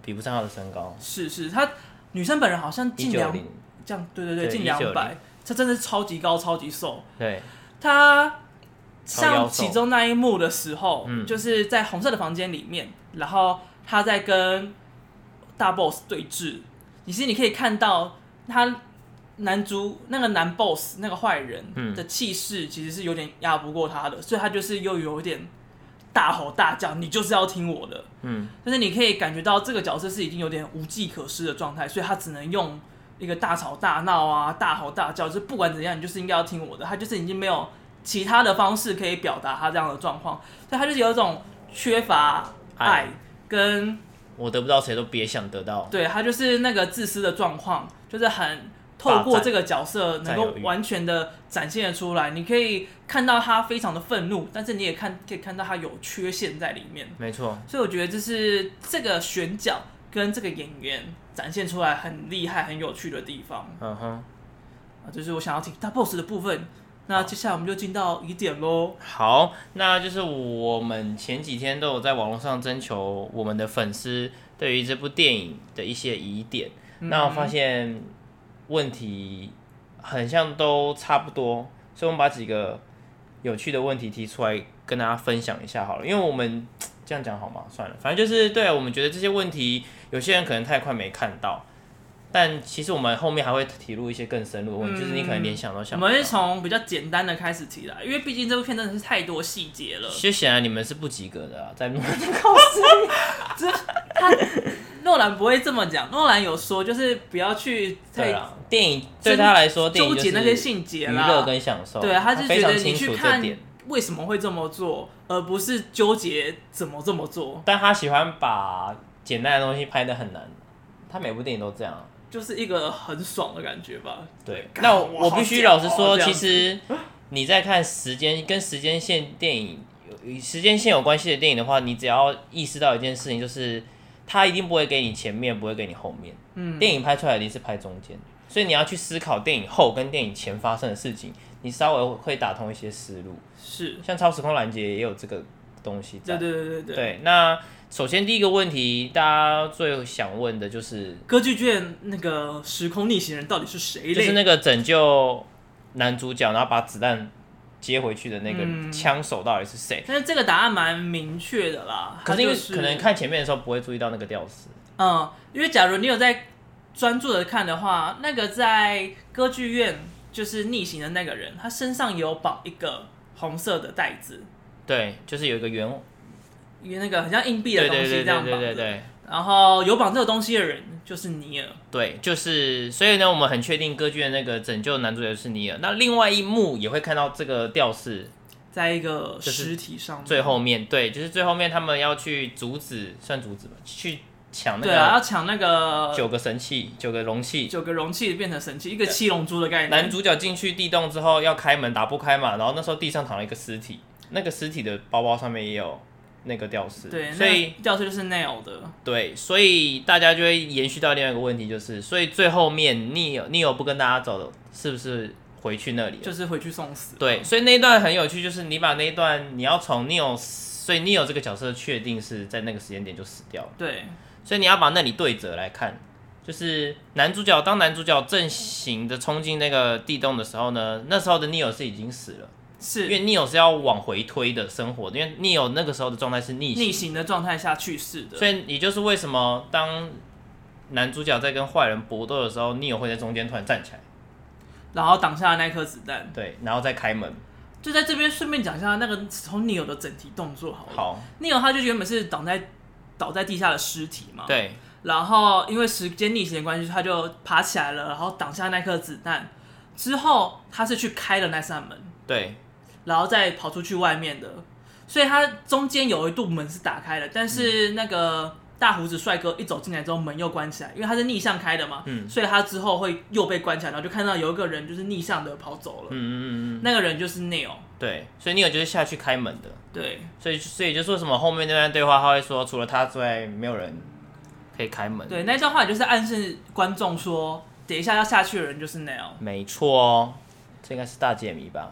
Speaker 2: 比不上他的身高，
Speaker 1: 是是，他女生本人好像
Speaker 2: 一
Speaker 1: 近
Speaker 2: 九
Speaker 1: 两
Speaker 2: 零，
Speaker 1: 这样，对对对，
Speaker 2: 对
Speaker 1: 近两
Speaker 2: 190
Speaker 1: 百，她真的是超级高，超级瘦。
Speaker 2: 对，
Speaker 1: 他
Speaker 2: 超妖
Speaker 1: 像
Speaker 2: 兽
Speaker 1: 其中那一幕的时候，
Speaker 2: 嗯
Speaker 1: 就是在红色的房间里面，然后他在跟大 boss 对峙。其实你可以看到他男主那个男 boss 那个坏人
Speaker 2: 嗯
Speaker 1: 的气势其实是有点压不过他的，所以他就是又有点大吼大叫，你就是要听我的。
Speaker 2: 嗯，
Speaker 1: 但是你可以感觉到这个角色是已经有点无计可施的状态，所以他只能用一个大吵大闹啊、大吼大叫，就是不管怎样，你就是应该要听我的。他就是已经没有其他的方式可以表达他这样的状况，所以他就是有一种缺乏爱
Speaker 2: 爱
Speaker 1: 跟
Speaker 2: 我得不到谁都别想得到，
Speaker 1: 对他就是那个自私的状况，就是很透过这个角色能
Speaker 2: 占
Speaker 1: 够
Speaker 2: 有欲
Speaker 1: 完全的展现的出来。你可以看到他非常的愤怒，但是你也看可以看到他有缺陷在里面。
Speaker 2: 没错，
Speaker 1: 所以我觉得就是这个选角跟这个演员展现出来很厉害、很有趣的地方
Speaker 2: 嗯哼，
Speaker 1: 啊，这是我想要听大 boss 的部分。那接下来我们就进到疑点喽。
Speaker 2: 好，那就是我们前几天都有在网络上征求我们的粉丝对于这部电影的一些疑点，那我发现问题很像都差不多，所以我们把几个有趣的问题提出来跟大家分享一下好了，因为我们这样讲好吗？算了，反正就是对啊我们觉得这些问题，有些人可能太快没看到。但其实我们后面还会提入一些更深入的问题，就是你可能连想都
Speaker 1: 我
Speaker 2: 想不到。
Speaker 1: 们会从比较简单的开始提来，因为毕竟这部片真的是太多细节了。
Speaker 2: 其实显然你们是不及格的、啊，在录
Speaker 1: 诺兰不会这么讲，诺兰有说就是不要去太
Speaker 2: 对啊，电影对他来说，电影
Speaker 1: 纠
Speaker 2: 就是
Speaker 1: 结那些细节
Speaker 2: 娱
Speaker 1: 啦。
Speaker 2: 乐跟享受，
Speaker 1: 对，啊他
Speaker 2: 他
Speaker 1: 是
Speaker 2: 非
Speaker 1: 觉
Speaker 2: 常
Speaker 1: 得
Speaker 2: 清
Speaker 1: 你
Speaker 2: 楚
Speaker 1: 去
Speaker 2: 这
Speaker 1: 看
Speaker 2: 点。
Speaker 1: 为什么会这么做，而不是纠结怎么这么做，
Speaker 2: 但他喜欢把简单的东西拍得很难，他每部电影都这样啊。
Speaker 1: 就是一个很爽的感觉吧。
Speaker 2: 对，
Speaker 1: 干
Speaker 2: 那
Speaker 1: 我
Speaker 2: 我我
Speaker 1: 好
Speaker 2: 必须
Speaker 1: 屌
Speaker 2: 老
Speaker 1: 哦
Speaker 2: 实说，
Speaker 1: 这样
Speaker 2: 其
Speaker 1: 子
Speaker 2: 实你在看时间跟时间线电影有与时间线有关系的电影的话，你只要意识到一件事情，就是它一定不会给你前面，不会给你后面。嗯，电影拍出来一定是拍中间，所以你要去思考电影后跟电影前发生的事情，你稍微会打通一些思路。
Speaker 1: 是，
Speaker 2: 像超时空拦截也有这个东西在。
Speaker 1: 对对对对对。
Speaker 2: 对那首先第一个问题，大家最想问的就是，
Speaker 1: 歌剧圈那个时空逆行人到底是谁嘞？
Speaker 2: 就是那个拯救男主角，然后把子弹接回去的那
Speaker 1: 嗯
Speaker 2: 个枪手到底是谁？
Speaker 1: 但是这个答案蛮明确的啦。
Speaker 2: 可
Speaker 1: 它
Speaker 2: 是因为
Speaker 1: 就是
Speaker 2: 可能看前面的时候不会注意到那个吊死，
Speaker 1: 嗯，因为假如你有在专注的看的话，那个在歌剧院就是逆行的那个人，他身上有绑一个红色的袋子，
Speaker 2: 对，就是有一个圆，
Speaker 1: 一个那个很像硬币的
Speaker 2: 对
Speaker 1: 东
Speaker 2: 对
Speaker 1: 西
Speaker 2: 对
Speaker 1: 这样
Speaker 2: 对
Speaker 1: 绑
Speaker 2: 对对
Speaker 1: 着。
Speaker 2: 对
Speaker 1: 然后有绑这个东西的人就是尼尔，
Speaker 2: 对，就是所以呢，我们很确定歌剧的那个拯救男主角是尼尔。那另外一幕也会看到这个吊饰
Speaker 1: 在一个
Speaker 2: 是
Speaker 1: 尸体上面。
Speaker 2: 最后面，对，就是最后面他们要去阻止，算阻止吧，去抢那
Speaker 1: 对啊，
Speaker 2: 个
Speaker 1: 要抢那个
Speaker 2: 九个神器、九个容器。
Speaker 1: 九个容器变成神器，一个七龙珠的概念。
Speaker 2: 男主角进去地洞之后要开门，打不开嘛，然后那时候地上躺了一个尸体，那个尸体的包包上面也有那个吊饰，
Speaker 1: 对，
Speaker 2: 所以
Speaker 1: 那吊车就是 nail 的，
Speaker 2: 对，所以大家就会延续到另外一个问题，就是所以最后面你有你有不跟大家走的，是不是回去那里了？
Speaker 1: 就是回去送死。
Speaker 2: 对，所以那一段很有趣，就是你把那一段你要从 Neo，所以 Neo 这个角色确定是在那个时间点就死掉了，
Speaker 1: 对，
Speaker 2: 所以你要把那里对折来看，就是男主角当男主角正行的冲进那个地洞的时候呢，那时候的 Neo 是已经死了，因
Speaker 1: 是
Speaker 2: 为 Neo 是要往回推的生活的，因为 Neo 那个时候的状态是逆行，
Speaker 1: 逆行的状态下去世的。
Speaker 2: 所以也就是为什么当男主角在跟坏人搏斗的时候，Neo 会在中间突然站起来，
Speaker 1: 然后挡下了那颗子弹，
Speaker 2: 对，然后再开门，
Speaker 1: 就在这边顺便讲一下那个从 Neo 的整体动作好了。
Speaker 2: 好，
Speaker 1: Neo 他就原本是挡在倒在地下的尸体嘛，。
Speaker 2: 对，
Speaker 1: 然后因为时间逆行的关系，他就爬起来了，然后挡下那颗子弹。之后他是去开了那扇门，
Speaker 2: 对，
Speaker 1: 然后再跑出去外面的，所以他中间有一度门是打开的，但是那个大胡子帅哥一走进来之后，门又关起来，因为他是逆向开的嘛，
Speaker 2: 嗯
Speaker 1: 所以他之后会又被关起来，然后就看到有一个人就是逆向的跑走了，
Speaker 2: 嗯嗯嗯嗯，
Speaker 1: 那个人就是 Neil，
Speaker 2: 对，所以你有就是下去开门的，
Speaker 1: 对，
Speaker 2: 所以所以就说什么后面那段对话他会说，除了他之外，没有人可以开门。
Speaker 1: 对，那一段话也就是暗示观众说，等一下要下去的人就是 Neil。
Speaker 2: 没错哦，这应该是大解谜吧？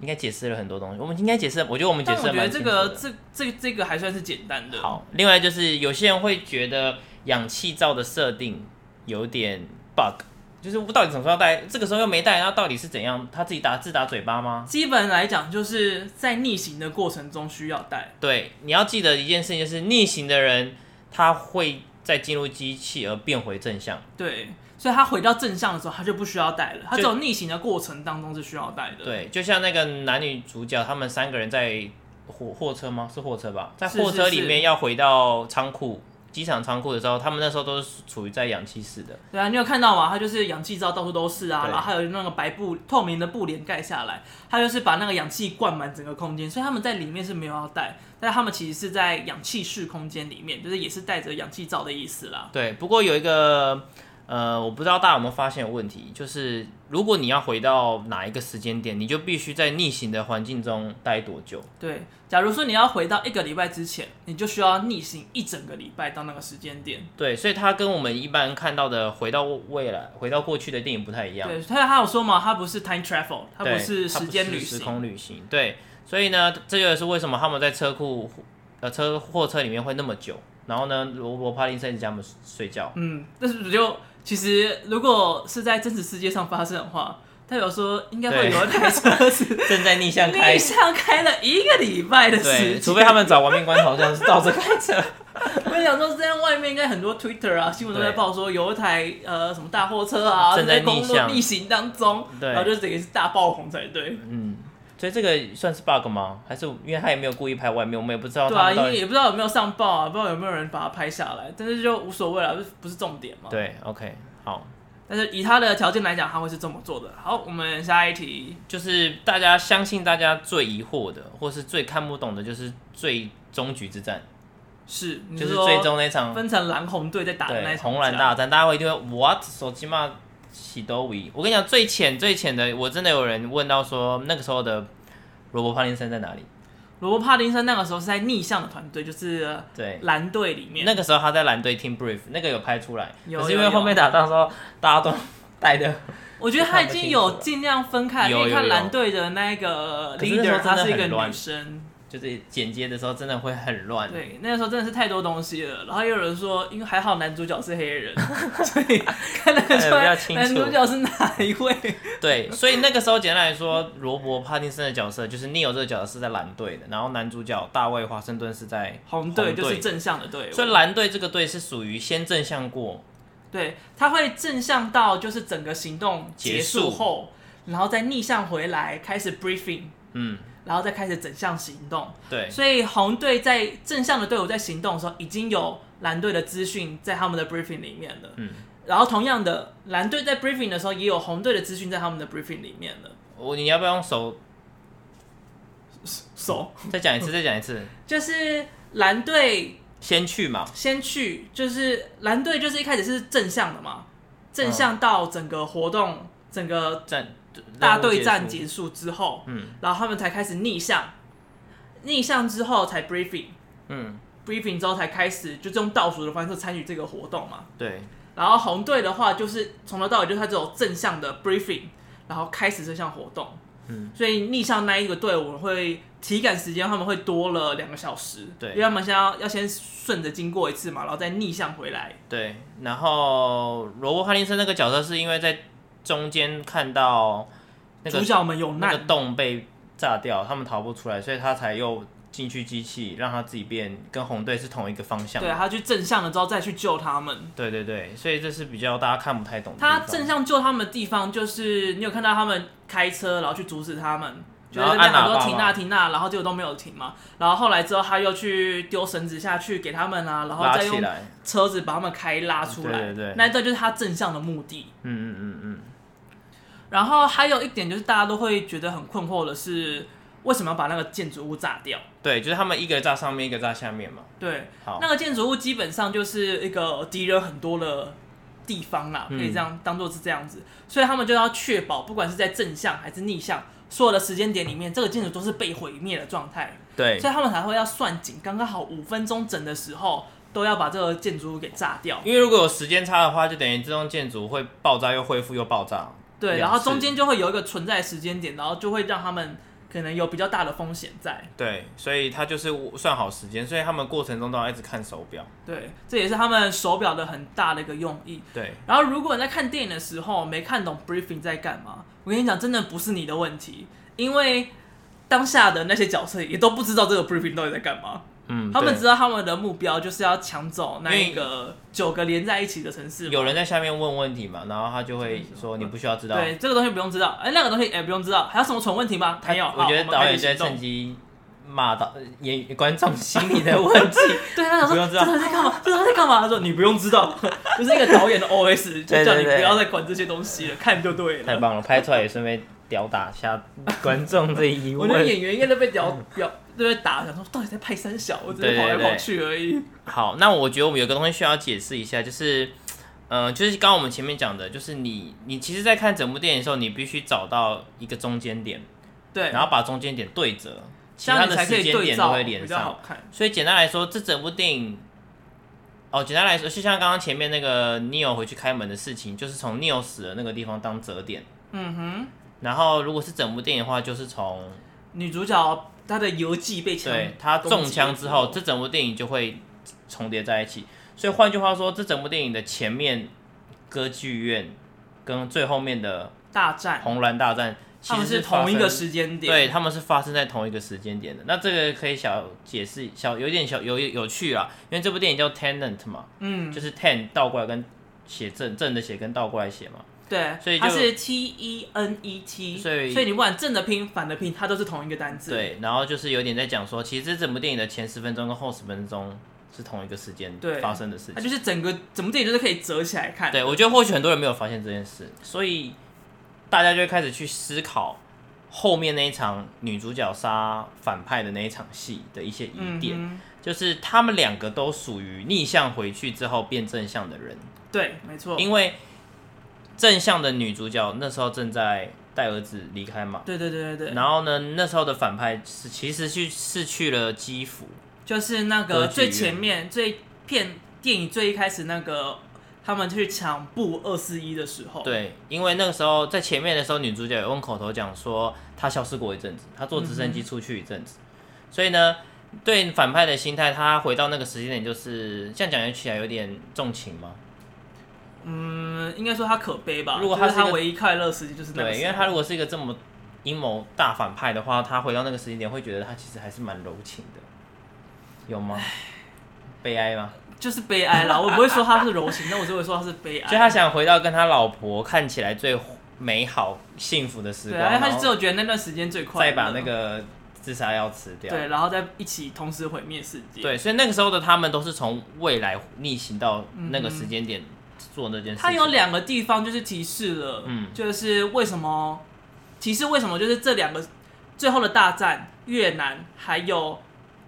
Speaker 2: 应该解释了很多东西，我们应该解释，我觉得我们解
Speaker 1: 但
Speaker 2: 释
Speaker 1: 我
Speaker 2: 得
Speaker 1: 觉得
Speaker 2: 蛮
Speaker 1: 这
Speaker 2: 清楚
Speaker 1: 个
Speaker 2: 的。
Speaker 1: 这这这个还算是简单的。，
Speaker 2: 好，另外就是有些人会觉得氧气罩的设定有点 bug，就是我到底什么时候要戴，这个时候又没戴，那到底是怎样？他自己打自打嘴巴吗？
Speaker 1: 基本来讲就是在逆行的过程中需要带。
Speaker 2: 对，你要记得一件事情，就是逆行的人他会在进入机器而变回正向。
Speaker 1: 对，所以他回到正向的时候，他就不需要带了。他
Speaker 2: 就
Speaker 1: 只有逆行的过程当中是需要带的。，
Speaker 2: 对，就像那个男女主角他们三个人在火货车吗？是货车吧，在
Speaker 1: 是
Speaker 2: 货车
Speaker 1: 是
Speaker 2: 里
Speaker 1: 是
Speaker 2: 面要回到仓库。机场仓库的时候，他们那时候都是处于在氧气室的，
Speaker 1: 对啊，你有看到吗？他就是氧气罩到处都是啊，
Speaker 2: 对
Speaker 1: 然后还有那个白布透明的布帘盖下来，他就是把那个氧气灌满整个空间，所以他们在里面是没有要带，但他们其实是在氧气室空间里面，就是也是带着氧气罩的意思啦。
Speaker 2: 对，不过有一个呃，我不知道大家有没有发现的问题，就是如果你要回到哪一个时间点，你就必须在逆行的环境中待多久。
Speaker 1: 对，假如说你要回到一个礼拜之前，你就需要逆行一整个礼拜到那个时间点。
Speaker 2: 对，所以它跟我们一般看到的回到未来、回到过去的电影不太一样。
Speaker 1: 对，他他有说嘛，他不是 time travel，他
Speaker 2: 对
Speaker 1: 不是
Speaker 2: 它
Speaker 1: 时间旅
Speaker 2: 时
Speaker 1: 行。
Speaker 2: 空旅行。对，所以呢，这就是为什么他们在车库、呃车货车里面会那么久。然后呢，罗伯·帕丁森一直叫他们睡觉。
Speaker 1: 嗯，但是就其实如果是在真实世界上发生的话，代表说应该会
Speaker 2: 对
Speaker 1: 有一台车子
Speaker 2: 正在逆向开
Speaker 1: 逆，向开了一个礼拜的时
Speaker 2: 对，
Speaker 1: 间。
Speaker 2: 除非他们找亡命关头，这样是倒着开车。
Speaker 1: 我想说，这样外面应该很多 Twitter 啊，新闻都在
Speaker 2: 对
Speaker 1: 报说有一台呃什么大货车啊
Speaker 2: 正在
Speaker 1: 在公
Speaker 2: 逆
Speaker 1: 路
Speaker 2: 向
Speaker 1: 逆行当中，
Speaker 2: 对
Speaker 1: 然后就等于是大爆红才对。
Speaker 2: 嗯，所以这个算是 bug 吗？还是因为他也没有故意拍外面，我们也不知道
Speaker 1: 对
Speaker 2: 他
Speaker 1: 啊，
Speaker 2: 们
Speaker 1: 因
Speaker 2: 到
Speaker 1: 为
Speaker 2: 底。
Speaker 1: 也不知道有没有上报啊，不知道有没有人把它拍下来，但是就无所谓了，不不是重点嘛。。
Speaker 2: 对，OK，好，
Speaker 1: 但是以他的条件来讲，他会是这么做的。好，我们下一题。
Speaker 2: 就是大家相信大家最疑惑的，或是最看不懂的，就是最终局之战，
Speaker 1: 是，你
Speaker 2: 就是
Speaker 1: 说
Speaker 2: 最终那场
Speaker 1: 分成蓝红队在打的那
Speaker 2: 对
Speaker 1: 一场
Speaker 2: 红蓝
Speaker 1: 架
Speaker 2: 大战，大家会一定会 what 手机嘛喜都维。我跟你讲，最浅最浅的，我真的有人问到说那个时候的罗伯·帕丁森在哪里？
Speaker 1: 罗伯·帕丁森那个时候是在逆向的团队，就是
Speaker 2: 对。
Speaker 1: 蓝队里面。
Speaker 2: 那个时候他在蓝队 Team Brief 那个有拍出来，
Speaker 1: 有
Speaker 2: 可是因
Speaker 1: 有
Speaker 2: 为
Speaker 1: 有
Speaker 2: 后面打仗的时候大家都 带的
Speaker 1: 我觉得他已经有尽量分开，
Speaker 2: 有
Speaker 1: 因为
Speaker 2: 有
Speaker 1: 看
Speaker 2: 有
Speaker 1: 蓝队的那个
Speaker 2: 可是那时候
Speaker 1: leader，她
Speaker 2: 真的
Speaker 1: 是一个
Speaker 2: 很乱
Speaker 1: 女生。
Speaker 2: 就是剪接的时候真的会很乱。
Speaker 1: 对，那个时候真的是太多东西了。然后又有人说，因为还好男主角是黑人， 所以看得出
Speaker 2: 哎比较
Speaker 1: 来
Speaker 2: 清楚
Speaker 1: 男主角是哪一位。
Speaker 2: 对所以那个时候简单来说，罗伯·帕丁森的角色就是 Neil 这个角色是在蓝队的，然后男主角大卫·华盛顿是在
Speaker 1: 红队就是正向的队伍，
Speaker 2: 所以蓝队这个队是属于先正向过，
Speaker 1: 对，他会正向到就是整个行动结
Speaker 2: 结束
Speaker 1: 束后，然后再逆向回来开始 briefing，
Speaker 2: 嗯，
Speaker 1: 然后再开始整项行动。
Speaker 2: 对，
Speaker 1: 所以红队在正向的队伍在行动的时候，已经有蓝队的资讯在他们的 briefing 里面了。
Speaker 2: 嗯，
Speaker 1: 然后同样的，蓝队在 briefing 的时候也有红队的资讯在他们的 briefing 里面了。
Speaker 2: 我你要不要用手
Speaker 1: 手、
Speaker 2: 再讲一
Speaker 1: 嗯
Speaker 2: 次？再讲一次，
Speaker 1: 就是蓝队
Speaker 2: 先去嘛，
Speaker 1: 先去，就是蓝队就是一开始是正向的嘛，正向到整个活动、整个
Speaker 2: 战
Speaker 1: 大对战
Speaker 2: 结
Speaker 1: 结
Speaker 2: 束，
Speaker 1: 束之后，
Speaker 2: 嗯
Speaker 1: 然后他们才开始逆向，逆向之后才 briefing。
Speaker 2: 嗯，
Speaker 1: briefing 之后才开始，就是用倒数的方式参与这个活动嘛。
Speaker 2: 对，
Speaker 1: 然后红队的话，就是从头到尾就是他只有正向的 briefing，然后开始这项活动。
Speaker 2: 嗯，
Speaker 1: 所以逆向那一个队伍会体感时间他们会多了两个小时，
Speaker 2: 对
Speaker 1: 因为他们先要要先顺着经过一次嘛，然后再逆向回来。
Speaker 2: 对，然后罗伯·帕丁森那个角色是因为在中间看到那个
Speaker 1: 主角们有
Speaker 2: 那个
Speaker 1: 难，
Speaker 2: 洞被炸掉，他们逃不出来，所以他才又进去机器，让他自己变跟红队是同一个方向。
Speaker 1: 对，啊他去正向了之后再去救他们。
Speaker 2: 对对对，所以这是比较大家看不太懂的地
Speaker 1: 他
Speaker 2: 方。
Speaker 1: 正向救他们的地方就是你有看到他们开车，然后去阻止他们，就
Speaker 2: 然
Speaker 1: 在
Speaker 2: 后
Speaker 1: 那边
Speaker 2: 按
Speaker 1: 很
Speaker 2: 喇
Speaker 1: 多
Speaker 2: 叭
Speaker 1: 停
Speaker 2: 嘛
Speaker 1: 那停啊那，然后结果都没有停嘛。然后后来之后他又去丢绳子下去给他们啊，然后
Speaker 2: 拉
Speaker 1: 再
Speaker 2: 起
Speaker 1: 用
Speaker 2: 来，
Speaker 1: 车子把他们开拉出来。
Speaker 2: 对对对
Speaker 1: 那一段就是他正向的目的。
Speaker 2: 嗯嗯嗯嗯，
Speaker 1: 然后还有一点就是大家都会觉得很困惑的是，为什么要把那个建筑物炸掉？
Speaker 2: 对，就是他们一个炸上面，一个炸下面嘛。
Speaker 1: 对，
Speaker 2: 好，
Speaker 1: 那个建筑物基本上就是一个敌人很多的地方啦，
Speaker 2: 嗯
Speaker 1: 可以这样当做是这样子，所以他们就要确保，不管是在正向还是逆向，所有的时间点里面，这个建筑都是被毁灭的状态，
Speaker 2: 对
Speaker 1: 所以他们才会要算紧，刚刚好五分钟整的时候都要把这个建筑物给炸掉。
Speaker 2: 因为如果有时间差的话，就等于这栋建筑会爆炸又恢复又爆炸。
Speaker 1: 对，
Speaker 2: 两
Speaker 1: 然后
Speaker 2: 次
Speaker 1: 中间就会有一个存在时间点，然后就会让他们可能有比较大的风险在。
Speaker 2: 对，所以他就是算好时间，所以他们过程中都要一直看手表。
Speaker 1: 对，这也是他们手表的很大的一个用意。
Speaker 2: 对，
Speaker 1: 然后，如果你在看电影的时候没看懂 briefing 在干嘛，我跟你讲，真的不是你的问题，因为当下的那些角色也都不知道这个 briefing 到底在干嘛。
Speaker 2: 嗯，
Speaker 1: 他们
Speaker 2: 对
Speaker 1: 知道他们的目标就是要抢走那一
Speaker 2: 因为
Speaker 1: 个九个连在一起的城市嘛。
Speaker 2: 有人在下面问问题嘛，然后他就会说你不需要知道。
Speaker 1: 对这个东西不用知道，哎，那个东西也不用知道，还有什么蠢问题吗？没有。
Speaker 2: 我觉得
Speaker 1: 好
Speaker 2: 导
Speaker 1: 们开
Speaker 2: 演
Speaker 1: 始
Speaker 2: 在
Speaker 1: 行动
Speaker 2: 趁机骂到 呃演观众心理的问 题。
Speaker 1: 对，他想
Speaker 2: 不
Speaker 1: 说
Speaker 2: 用
Speaker 1: 这
Speaker 2: 知道
Speaker 1: 个在干嘛？这个在干嘛？他说你不用知 道，就是一个导演的 OS，就
Speaker 2: 对
Speaker 1: 叫你
Speaker 2: 对
Speaker 1: 不
Speaker 2: 对
Speaker 1: 要再管这些东西了，看就对
Speaker 2: 太
Speaker 1: 了。
Speaker 2: 棒了，拍出来也顺便吊打一下观众这一疑
Speaker 1: 我
Speaker 2: 问
Speaker 1: 觉。得演员应该都被屌屌对被打，想说到底在拍三小，我只是
Speaker 2: 对
Speaker 1: 跑来
Speaker 2: 对对
Speaker 1: 跑去而已。
Speaker 2: 好，那我觉得我们有个东西需要解释一下，就是，呃，就是刚刚我们前面讲的，就是你你其实，在看整部电影的时候，你必须找到一个中间点，
Speaker 1: 对，
Speaker 2: 然后把中间点对折，其
Speaker 1: 这样
Speaker 2: 他
Speaker 1: 你
Speaker 2: 的
Speaker 1: 才可
Speaker 2: 时
Speaker 1: 以
Speaker 2: 间
Speaker 1: 对
Speaker 2: 点
Speaker 1: 照
Speaker 2: 都会
Speaker 1: 比
Speaker 2: 连
Speaker 1: 较
Speaker 2: 上
Speaker 1: 好。看。
Speaker 2: 所以简单来说，这整部电影，哦，简单来说，就像刚刚前面那个 Neo 回去开门的事情，就是从 Neo 死的那个地方当折点。
Speaker 1: 嗯哼，
Speaker 2: 然后，如果是整部电影的话，就是从
Speaker 1: 女主角她的游记被枪，
Speaker 2: 对他中枪之后，这整部电影就会重叠在一起。所以换句话说，这整部电影的前面歌剧院跟最后面的
Speaker 1: 大战，
Speaker 2: 红蓝大战，其
Speaker 1: 他们
Speaker 2: 实
Speaker 1: 是
Speaker 2: 发
Speaker 1: 同一个
Speaker 2: 生
Speaker 1: 时间点。
Speaker 2: 对，他们是发生在同一个时间点的。那这个可以小解释，小有点小有有有趣啊，因为这部电影叫《Tenant》嘛，
Speaker 1: 嗯，
Speaker 2: 就是 ten 倒过来跟写正正的写跟倒过来写嘛。
Speaker 1: 对，
Speaker 2: 所以
Speaker 1: 它
Speaker 2: 就是
Speaker 1: T E N E T，
Speaker 2: 所以
Speaker 1: 你不管正的拼、反的拼，它都是同一个单字。
Speaker 2: 对，然后就是有点在讲说，其实这整部电影的前十分钟跟后十分钟是同一个时间
Speaker 1: 对
Speaker 2: 发生的事
Speaker 1: 它
Speaker 2: 情。
Speaker 1: 就是整个整部电影都是可以折起来看。
Speaker 2: 对，我觉得或许很多人没有发现这件事，所以大家就会开始去思考后面那一场女主角杀反派的那一场戏的一些疑
Speaker 1: 嗯
Speaker 2: 点，
Speaker 1: 哼，
Speaker 2: 就是他们两个都属于逆向回去之后变正向的人，
Speaker 1: 对，没错。
Speaker 2: 因为正向的女主角那时候正在带儿子离开嘛，
Speaker 1: 对对对对对，
Speaker 2: 然后呢，那时候的反派是其实去是去了基辅，
Speaker 1: 就是那个
Speaker 2: 歌剧
Speaker 1: 最前面最片电影最一开始那个他们去抢布二四一的时候，，
Speaker 2: 对，因为那个时候在前面的时候，女主角有用口头讲说她消失过一阵子，她坐直升机出去一阵子，所以呢，对反派的心态，她回到那个时间点，就是这样讲起来有点重情嘛，
Speaker 1: 嗯，应该说他可悲吧。
Speaker 2: 如果
Speaker 1: 他
Speaker 2: 他
Speaker 1: 是
Speaker 2: 是
Speaker 1: 他
Speaker 2: 一个
Speaker 1: 唯一快乐时间就是那个时
Speaker 2: 对，
Speaker 1: 候，
Speaker 2: 因为她如果是一个这么阴谋大反派的话，她回到那个时间点，会觉得她其实还是蛮柔情的，有吗？悲哀吗？
Speaker 1: 就是悲哀啦。我不会说他是柔情，但我只会说他是悲哀。
Speaker 2: 就他想回到跟他老婆看起来最美好、幸福的时
Speaker 1: 对
Speaker 2: 光，
Speaker 1: 啊，因为他
Speaker 2: 然
Speaker 1: 就
Speaker 2: 后
Speaker 1: 只有觉得那段时间最快
Speaker 2: 再
Speaker 1: 乐，
Speaker 2: 把那个自杀药吃掉。
Speaker 1: 对，然后再一起同时毁灭世界。，
Speaker 2: 对所以那个时候的他们都是从未来逆行到那个时间点做那件事
Speaker 1: 嗯
Speaker 2: 情。
Speaker 1: 他有两个地方就是提示了，
Speaker 2: 嗯
Speaker 1: 就是为什么提示为什么就是这两个最后的大战，越南还有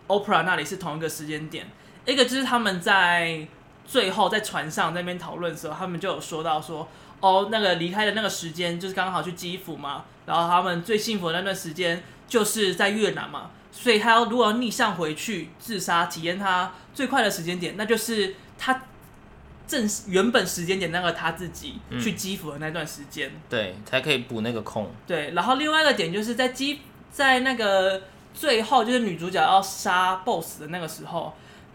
Speaker 1: OPRA 那里是同一个时间点，一个就是他们在最后在船上在那边讨论的时候，他们就有说到说。哦，那个离开的那个时间就是刚好去基辅嘛，然后他们最幸福的那段时间就是在越南嘛，所以他要如果要逆向回去自杀，体验他最快的时间点，那就是他正原本时间点那个他自己
Speaker 2: 嗯
Speaker 1: 去基辅的那段时间。
Speaker 2: 对，才可以补那个空。
Speaker 1: 对，然后另外一个点就是在基在那个最后就是女主角要杀 BOSS 的那个时候，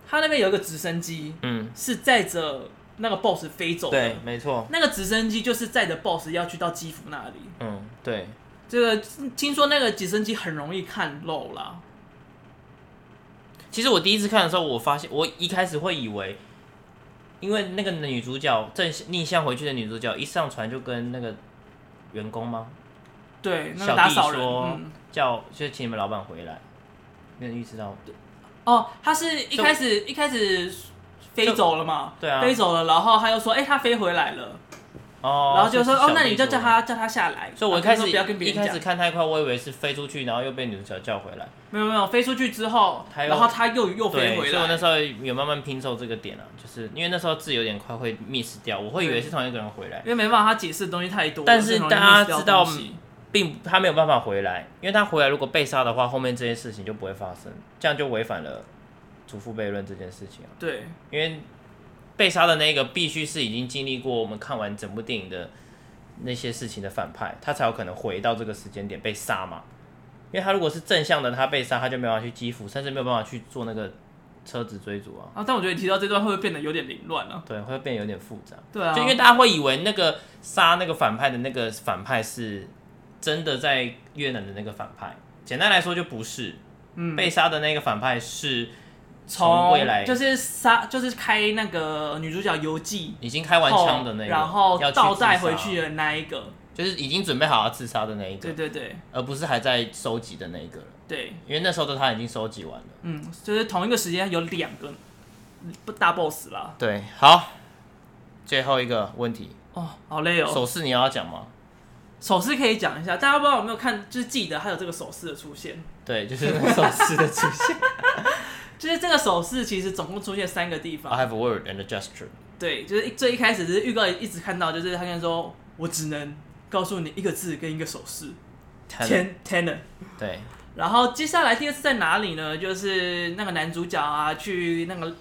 Speaker 1: 他那边有一个直升机
Speaker 2: 嗯，
Speaker 1: 是载着那个 BOSS 飞走的
Speaker 2: 对，，没错。
Speaker 1: 那个直升机就是载着 BOSS 要去到基辅那里。
Speaker 2: 嗯，对，
Speaker 1: 这个听说那个直升机很容易看漏啦，
Speaker 2: 其实我第一次看的时候，我发现我一开始会以为，因为那个女主角正逆向回去的女主角一上船就跟那个员工吗？
Speaker 1: 对，那
Speaker 2: 小
Speaker 1: 个打
Speaker 2: 弟
Speaker 1: 扫人，
Speaker 2: 说
Speaker 1: 嗯，
Speaker 2: 叫就是请你们老板回来，没有人预知到。
Speaker 1: 哦，他是一开始一开始飞走了嘛，
Speaker 2: 对啊
Speaker 1: 飞走了，然后他又说，哎、他飞回来了，
Speaker 2: 哦，
Speaker 1: 然后就说，
Speaker 2: 是小
Speaker 1: 哦，那你
Speaker 2: 飞
Speaker 1: 就
Speaker 2: 出
Speaker 1: 叫
Speaker 2: 来。
Speaker 1: 他叫他下来。
Speaker 2: 所以我
Speaker 1: 然
Speaker 2: 一开
Speaker 1: 后就
Speaker 2: 始
Speaker 1: 说不要跟别
Speaker 2: 一
Speaker 1: 人
Speaker 2: 开始
Speaker 1: 讲，
Speaker 2: 看太快，我以为是飞出去，然后又被女主角叫回来。
Speaker 1: 没有没有，飞出去之后，
Speaker 2: 他又
Speaker 1: 然后他又又
Speaker 2: 对，
Speaker 1: 飞
Speaker 2: 所
Speaker 1: 回
Speaker 2: 以我那
Speaker 1: 来。
Speaker 2: 时候有慢慢拼凑这个点啊，就是因为那时候字有点快会 miss 掉，我会以为是同一个人回来，
Speaker 1: 因为没办法，他解释的东西太多了，
Speaker 2: 但是
Speaker 1: 这种
Speaker 2: 大
Speaker 1: 人
Speaker 2: 家
Speaker 1: 就是
Speaker 2: 知道嗯
Speaker 1: 要东西
Speaker 2: 并他没有办法回来，因为他回来如果被杀的话，后面这件事情就不会发生，这样就违反了祖父悖论这件事情啊，
Speaker 1: 对，
Speaker 2: 因为被杀的那个必须是已经经历过我们看完整部电影的那些事情的反派，他才有可能回到这个时间点被杀嘛。因为他如果是正向的，他被杀，他就没有办法去基辅，甚至没有办法去做那个车子追逐啊。
Speaker 1: 啊，但我觉得你提到这段会不会变得有点凌乱了、
Speaker 2: 对，会变得有点复杂。
Speaker 1: 对啊，
Speaker 2: 就因为大家会以为那个杀那个反派的那个反派是真的在越南的那个反派，简单来说就不是。
Speaker 1: 嗯
Speaker 2: 被杀的那个反派是从
Speaker 1: 从
Speaker 2: 未来
Speaker 1: 就是杀，就是开那个女主角游记，
Speaker 2: 已经开完枪的那个，
Speaker 1: 然后
Speaker 2: 要去
Speaker 1: 倒带
Speaker 2: 自杀
Speaker 1: 回去，的那一个，
Speaker 2: 就是已经准备好要自杀的那一
Speaker 1: 对
Speaker 2: 个，
Speaker 1: 对对
Speaker 2: 而不是还在收集的那一个了。
Speaker 1: 对，
Speaker 2: 因为那时候的他已经收集完了。
Speaker 1: 嗯，就是同一个时间有两个嗯大 boss 啦，
Speaker 2: 对，好，最后一个问题，
Speaker 1: 哦，好累哦。
Speaker 2: 手势你要讲吗？
Speaker 1: 手势可以讲一下，大家不知道有没有看，就是记得它有这个手势的出现。
Speaker 2: 对，就是那个手势的出 现。
Speaker 1: 就是这个手势其实总共出现三个地
Speaker 2: I
Speaker 1: 方，
Speaker 2: have a word and a gesture。
Speaker 1: 对，就是一最一开始就是预告一直看到，就是他跟他说，我只能告诉你一个字跟一个手势 ten ten。
Speaker 2: 对，
Speaker 1: 然后接下来第二次在哪里呢？就是那个男主角啊，去那个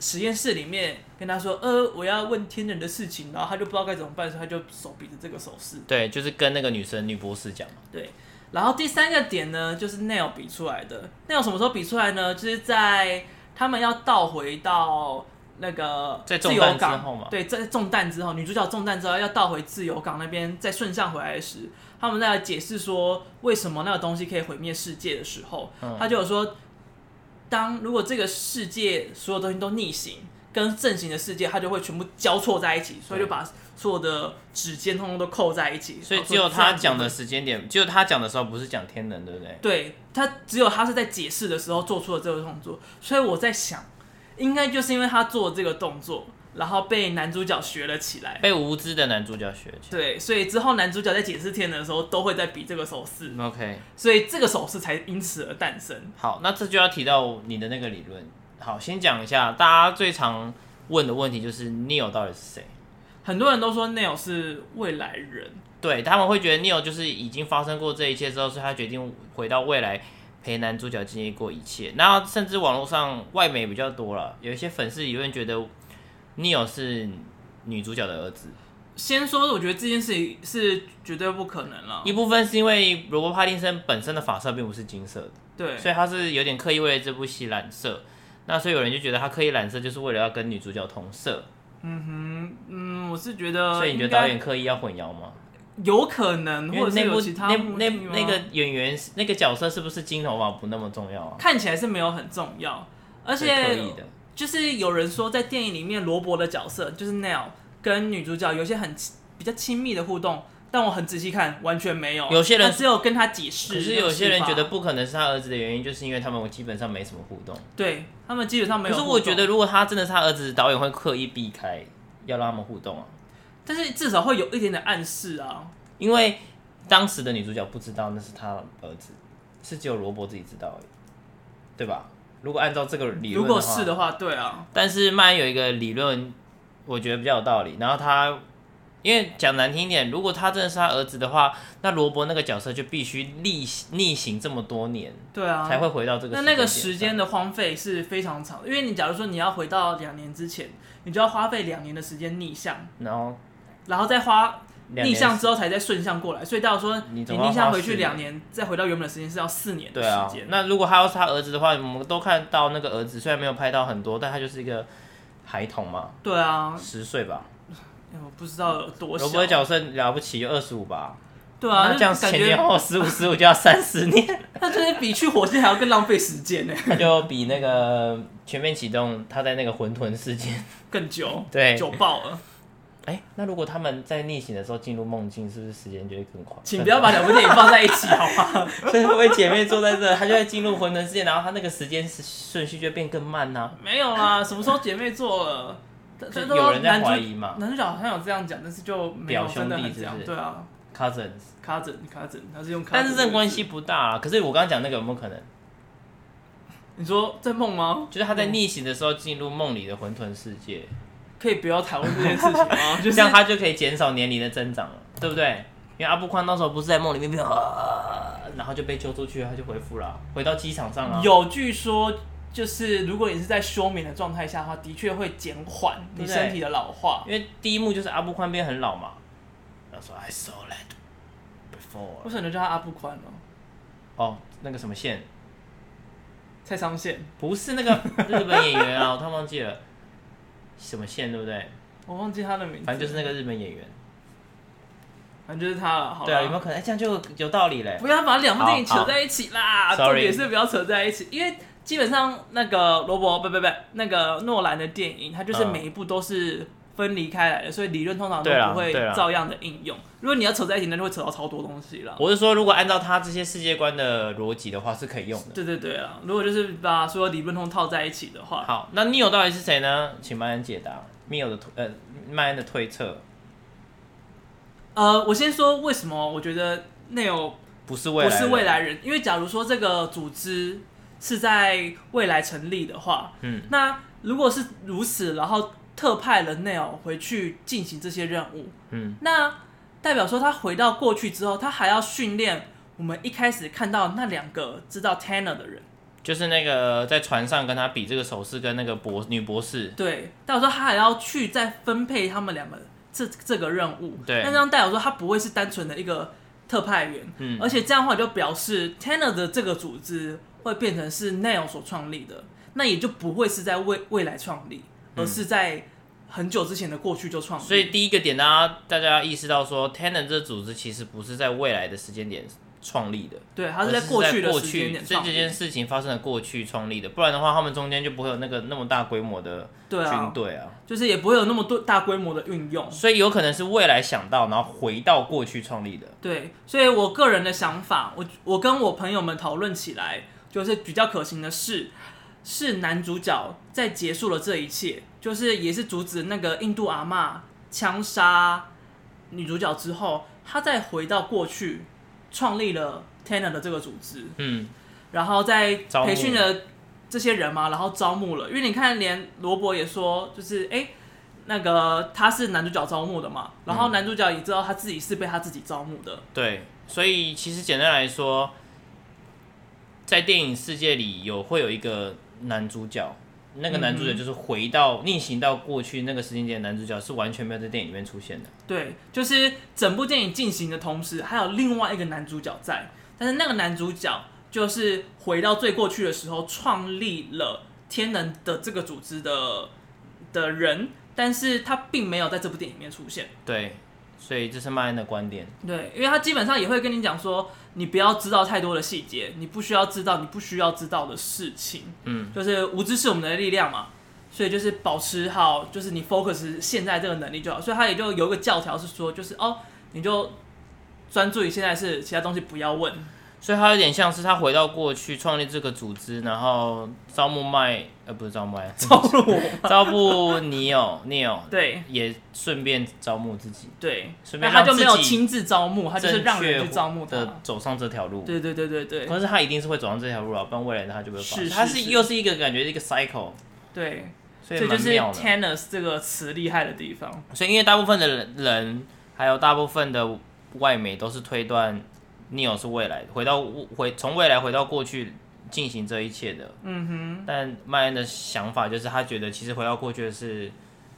Speaker 1: 实验室里面跟他说，呃，我要问天人的事情，然后他就不知道该怎么办，所以他就手比着这个手势。
Speaker 2: 对，就是跟那个女生女博士讲嘛，
Speaker 1: 对，然后第三个点呢，就是 Nail 比出来的。Nail 什么时候比出来呢？就是在他们要倒回到那个
Speaker 2: 在
Speaker 1: 自
Speaker 2: 中
Speaker 1: 由
Speaker 2: 弹之
Speaker 1: 港
Speaker 2: 后嘛
Speaker 1: 对，在中弹之后，女主角中弹之后要倒回自由港那边，再顺向回来时，他们在解释说为什么那个东西可以毁灭世界的时候，
Speaker 2: 嗯
Speaker 1: 他就有说，当如果这个世界所有东西都逆行。跟正行的世界，它就会全部交错在一起，所以就
Speaker 2: 对
Speaker 1: 把所有的指尖通通都扣在一起。
Speaker 2: 哦所以只
Speaker 1: 说这
Speaker 2: 有
Speaker 1: 样
Speaker 2: 他
Speaker 1: 子
Speaker 2: 讲
Speaker 1: 会
Speaker 2: 的时间点，只有他讲的时候不是讲天能，对不对？
Speaker 1: 对他只有他是在解释的时候做出了这个动作，所以我在想，应该就是因为他做这个动作，然后被男主角学了起来。
Speaker 2: 被无知的男主角学起。
Speaker 1: 对，所以之后男主角在解释天能的时候，都会在比这个手势，
Speaker 2: OK，
Speaker 1: 所以这个手势才因此而诞生。
Speaker 2: 好，那这就要提到你的那个理论。好，先讲一下大家最常问的问题就是 Neo 到底是谁？
Speaker 1: 很多人都说 Neil 是未来人，
Speaker 2: 对他们会觉得 Neo 就是已经发生过这一切之后，所以他决定回到未来陪男主角经历过一切。那甚至网络上外媒比较多了，有一些粉丝理论觉得 Neo 是女主角的儿子。
Speaker 1: 先说我觉得这件事情是绝对不可能了
Speaker 2: 一。部分是因为罗伯·帕丁森本身的发色并不是金色的，
Speaker 1: 对，
Speaker 2: 所以他是有点刻意为了这部戏染色。那所以有人就觉得他刻意染色就是为了要跟女主角同色，
Speaker 1: 嗯，我是觉得，
Speaker 2: 所以你觉得导演刻意要混淆吗？
Speaker 1: 有可能，
Speaker 2: 因
Speaker 1: 或
Speaker 2: 为
Speaker 1: 者是
Speaker 2: 那部
Speaker 1: 有其他
Speaker 2: 那
Speaker 1: 目
Speaker 2: 那
Speaker 1: 的吗
Speaker 2: 那个演员是那个角色是不是金头发不那么重要啊？
Speaker 1: 看起来是没有很重要，而
Speaker 2: 而刻
Speaker 1: 且
Speaker 2: 意的，
Speaker 1: 就是有人说，在电影里面，罗伯的角色就是 Neil 跟女主角有一些很亲比较亲密的互动，但我很仔细看，完全没有。
Speaker 2: 有些人
Speaker 1: 他只有跟他解释，
Speaker 2: 可是有些人觉得
Speaker 1: 释法
Speaker 2: 不可能是他儿子的原因，就是因为他们基本上没什么互动。
Speaker 1: 对他们基本上没有
Speaker 2: 可是
Speaker 1: 互动。
Speaker 2: 我觉得，如果他真的是他儿子，导演会刻意避开要让他们互动啊，
Speaker 1: 但是至少会有一点点暗示啊。
Speaker 2: 因为当时的女主角不知道那是她儿子，是只有罗伯自己知道而已，对吧？如果按照这个理
Speaker 1: 如
Speaker 2: 论，
Speaker 1: 果是的，话，对啊，
Speaker 2: 但是曼恩有一个理论，我觉得比较有道理。然后他，因为讲难听一点，如果他真的是他儿子的话，那罗伯那个角色就必须逆逆行这么多年，
Speaker 1: 对啊，
Speaker 2: 才会回到这个
Speaker 1: 那那个时
Speaker 2: 时
Speaker 1: 间
Speaker 2: 点上。
Speaker 1: 的荒废是非常长的，因为你假如说你要回到两年之前，你就要花费两年的时间逆向，
Speaker 2: 然后
Speaker 1: 然后再花
Speaker 2: 两年
Speaker 1: 逆向之后才再顺向过来，所以到时候
Speaker 2: 你
Speaker 1: 你
Speaker 2: 总要
Speaker 1: 逆向
Speaker 2: 花
Speaker 1: 回
Speaker 2: 四
Speaker 1: 去两年，再回到原本的时间是要四年的
Speaker 2: 对啊
Speaker 1: 时间。，
Speaker 2: 那如果他要是他儿子的话，我们都看到那个儿子虽然没有拍到很多，但他就是一个孩童嘛，
Speaker 1: 对啊，
Speaker 2: 十岁吧。
Speaker 1: 哎我不知道有多
Speaker 2: 罗伯
Speaker 1: 小。
Speaker 2: 的角色了不起就二十五吧，
Speaker 1: 对啊，
Speaker 2: 那
Speaker 1: 就
Speaker 2: 这样
Speaker 1: 感
Speaker 2: 前前
Speaker 1: 觉
Speaker 2: 后十五十五就要三 十年，
Speaker 1: 那就是比去火星还要更浪费时间呢，
Speaker 2: 就比那个全面启动他在那个混沌世界
Speaker 1: 更久，
Speaker 2: 对
Speaker 1: 久爆了。
Speaker 2: 哎、那如果他们在逆行的时候进入梦境，是不是时间就会更快？
Speaker 1: 请不要把两部电影放在一起，好吗？
Speaker 2: 所以会不会姐妹坐在这，她就会进入混沌世界，然后她那个时间是顺序就变更慢呢、
Speaker 1: 没有啦，什么时候姐妹做了？这
Speaker 2: 就
Speaker 1: 这都
Speaker 2: 有人在
Speaker 1: 男主
Speaker 2: 怀疑嘛
Speaker 1: 男主角好像有这样讲，但是就没有
Speaker 2: 表兄
Speaker 1: 真
Speaker 2: 弟
Speaker 1: 的很
Speaker 2: 是
Speaker 1: 这
Speaker 2: 不
Speaker 1: 样。
Speaker 2: 是
Speaker 1: 对啊
Speaker 2: ？Cousins，
Speaker 1: ，cousin cousin，他是用 cousin，
Speaker 2: 但是这个关系不大啊。可是我刚刚讲那个有没有可能，
Speaker 1: 你说在梦吗？
Speaker 2: 就是她在逆行的时候进入梦里的混沌世界，
Speaker 1: 可以不要谈论这件事情 吗？就
Speaker 2: 这
Speaker 1: 是
Speaker 2: 样她就可以减少年龄的增长了，对不对？因为阿布宽那时候不是在梦里面变啊，然后就被揪出去，他就恢复了啊，回到机场上了啊。
Speaker 1: 有据说，就是如果你是在休眠的状态下的话，的确会减缓
Speaker 2: 对
Speaker 1: 你
Speaker 2: 不对
Speaker 1: 身体的老化。
Speaker 2: 因为第一幕就是阿布宽变很老嘛，然后说 I saw that
Speaker 1: 为
Speaker 2: before，
Speaker 1: 什么你叫他阿布宽哦？
Speaker 2: 哦，那个什么线，
Speaker 1: 蔡昌宪，
Speaker 2: 不是那个 日本演员啊，我突然忘记了什么线，对不对？
Speaker 1: 我忘记他的名字，
Speaker 2: 反正就是那个日本演员。
Speaker 1: 反正就是他了。好啦
Speaker 2: 对啊，有没有可能？哎、这样就有道理嘞。
Speaker 1: 不要把两部电影扯在一起啦，
Speaker 2: 好好
Speaker 1: 重点
Speaker 2: Sorry
Speaker 1: 是不要扯在一起，因为基本上那个罗伯不不不那个诺兰的电影，它就是
Speaker 2: 嗯
Speaker 1: 每一部都是分离开来的，所以理论通常都
Speaker 2: 对啦啊
Speaker 1: 不会
Speaker 2: 对啦
Speaker 1: 照样的应用。如果你要扯在一起，那就会扯到超多东西了。
Speaker 2: 我是说，如果按照他这些世界观的逻辑的话，是可以用的。
Speaker 1: 对对对啊，如果就是把所有理论通套在一起的话，
Speaker 2: 好，那 Neo 到底是谁呢？请麦恩解答。Neo 的推呃，麦恩的推测
Speaker 1: 呃，我先说为什么我觉得内有
Speaker 2: 不是未
Speaker 1: 不
Speaker 2: 来，
Speaker 1: 是未。来人，因为假如说这个组织是在未来成立的话，
Speaker 2: 嗯，
Speaker 1: 那如果是如此，然后特派了内尔回去进行这些任务，
Speaker 2: 嗯，
Speaker 1: 那代表说他回到过去之后，他还要训练我们一开始看到那两个知道 Tanner 的人，
Speaker 2: 就是那个在船上跟他比这个手势，跟那个博女博士，
Speaker 1: 对，代表说他还要去再分配他们两个这这个任务，
Speaker 2: 对
Speaker 1: 那这样代表说他不会是单纯的一个特派员，
Speaker 2: 嗯
Speaker 1: 而且这样的话就表示 Tanner 的这个组织会变成是 Neil 所创立的，那也就不会是在未未来创立，而是在很久之前的过去就创立，
Speaker 2: 嗯所以第一个点，大家大家要意识到说，Tenant 这组织其实不是在未来的时间点创立的，
Speaker 1: 对，他是
Speaker 2: 而
Speaker 1: 在
Speaker 2: 是
Speaker 1: 过去的
Speaker 2: 过
Speaker 1: 时间
Speaker 2: 去，
Speaker 1: 点
Speaker 2: 所以
Speaker 1: 创
Speaker 2: 这
Speaker 1: 立
Speaker 2: 件，事情发生在过去创立的，不然的话，他们中间就不会有那个那么大规模的
Speaker 1: 对
Speaker 2: 军
Speaker 1: 啊，
Speaker 2: 队啊。
Speaker 1: 就是也不会有那么多大规模的运用，
Speaker 2: 所以有可能是未来想到，然后回到过去创立的。
Speaker 1: 对，所以我个人的想法，我我跟我朋友们讨论起来，就是比较可行的是，是男主角在结束了这一切，就是也是阻止那个印度阿嬷枪杀女主角之后，他再回到过去，创立了 Tanner 的这个组织，
Speaker 2: 嗯，
Speaker 1: 然后再
Speaker 2: 招募
Speaker 1: 培训了这些人嘛，然后招募了，因为你看，连罗伯也说，就是哎、诶那个他是男主角招募的嘛，然后男主角也知道他自己是被他自己招募的。
Speaker 2: 对。所以其实简单来说，在电影世界里有会有一个男主角，那个男主角就是回到、逆行到过去那个时间点，的男主角是完全没有在电影里面出现的。
Speaker 1: 对，就是整部电影进行的同时，还有另外一个男主角在，但是那个男主角就是回到最过去的时候，创立了天能的这个组织的的人，但是他并没有在这部电影里面出现。
Speaker 2: 对，所以这是麦恩的观点。
Speaker 1: 对，因为他基本上也会跟你讲说，你不要知道太多的细节，你不需要知道你不需要知道的事情，
Speaker 2: 嗯，
Speaker 1: 就是无知是我们的力量嘛，所以就是保持好，就是你 focus 现在这个能力就好。所以他也就有一个教条是说，就是哦，你就专注于现在是其他东西不要 问，
Speaker 2: 所以他有点像是他回到过去创立这个组织，然后招募麦呃不是招 募麦，
Speaker 1: 套路我。
Speaker 2: 招募尼奥尼奥，
Speaker 1: 对
Speaker 2: 也顺便招募自己，
Speaker 1: 对，
Speaker 2: 顺
Speaker 1: 那
Speaker 2: 便
Speaker 1: 他
Speaker 2: 让
Speaker 1: 就没有
Speaker 2: 自己
Speaker 1: 亲自招募，他就是让人去招募
Speaker 2: 正确
Speaker 1: 他
Speaker 2: 的。走上这条路。
Speaker 1: 对对对对对
Speaker 2: 可是他一定是会走上这条路啊，不然未来他就不会
Speaker 1: 是
Speaker 2: 发生。
Speaker 1: 是
Speaker 2: 他是
Speaker 1: 是
Speaker 2: 又是一个感觉一个 cycle，
Speaker 1: 对，
Speaker 2: 所以
Speaker 1: 这就
Speaker 2: 蛮
Speaker 1: 是
Speaker 2: 妙的。
Speaker 1: tennis 这个词厉害的地方。
Speaker 2: 所以因为大部分的人人，还有大部分的外媒都是推断 Neo 是未来回到回从未来回到过去进行这一切的。嗯哼。但麦恩的想法就是，他觉得其实回到过去的是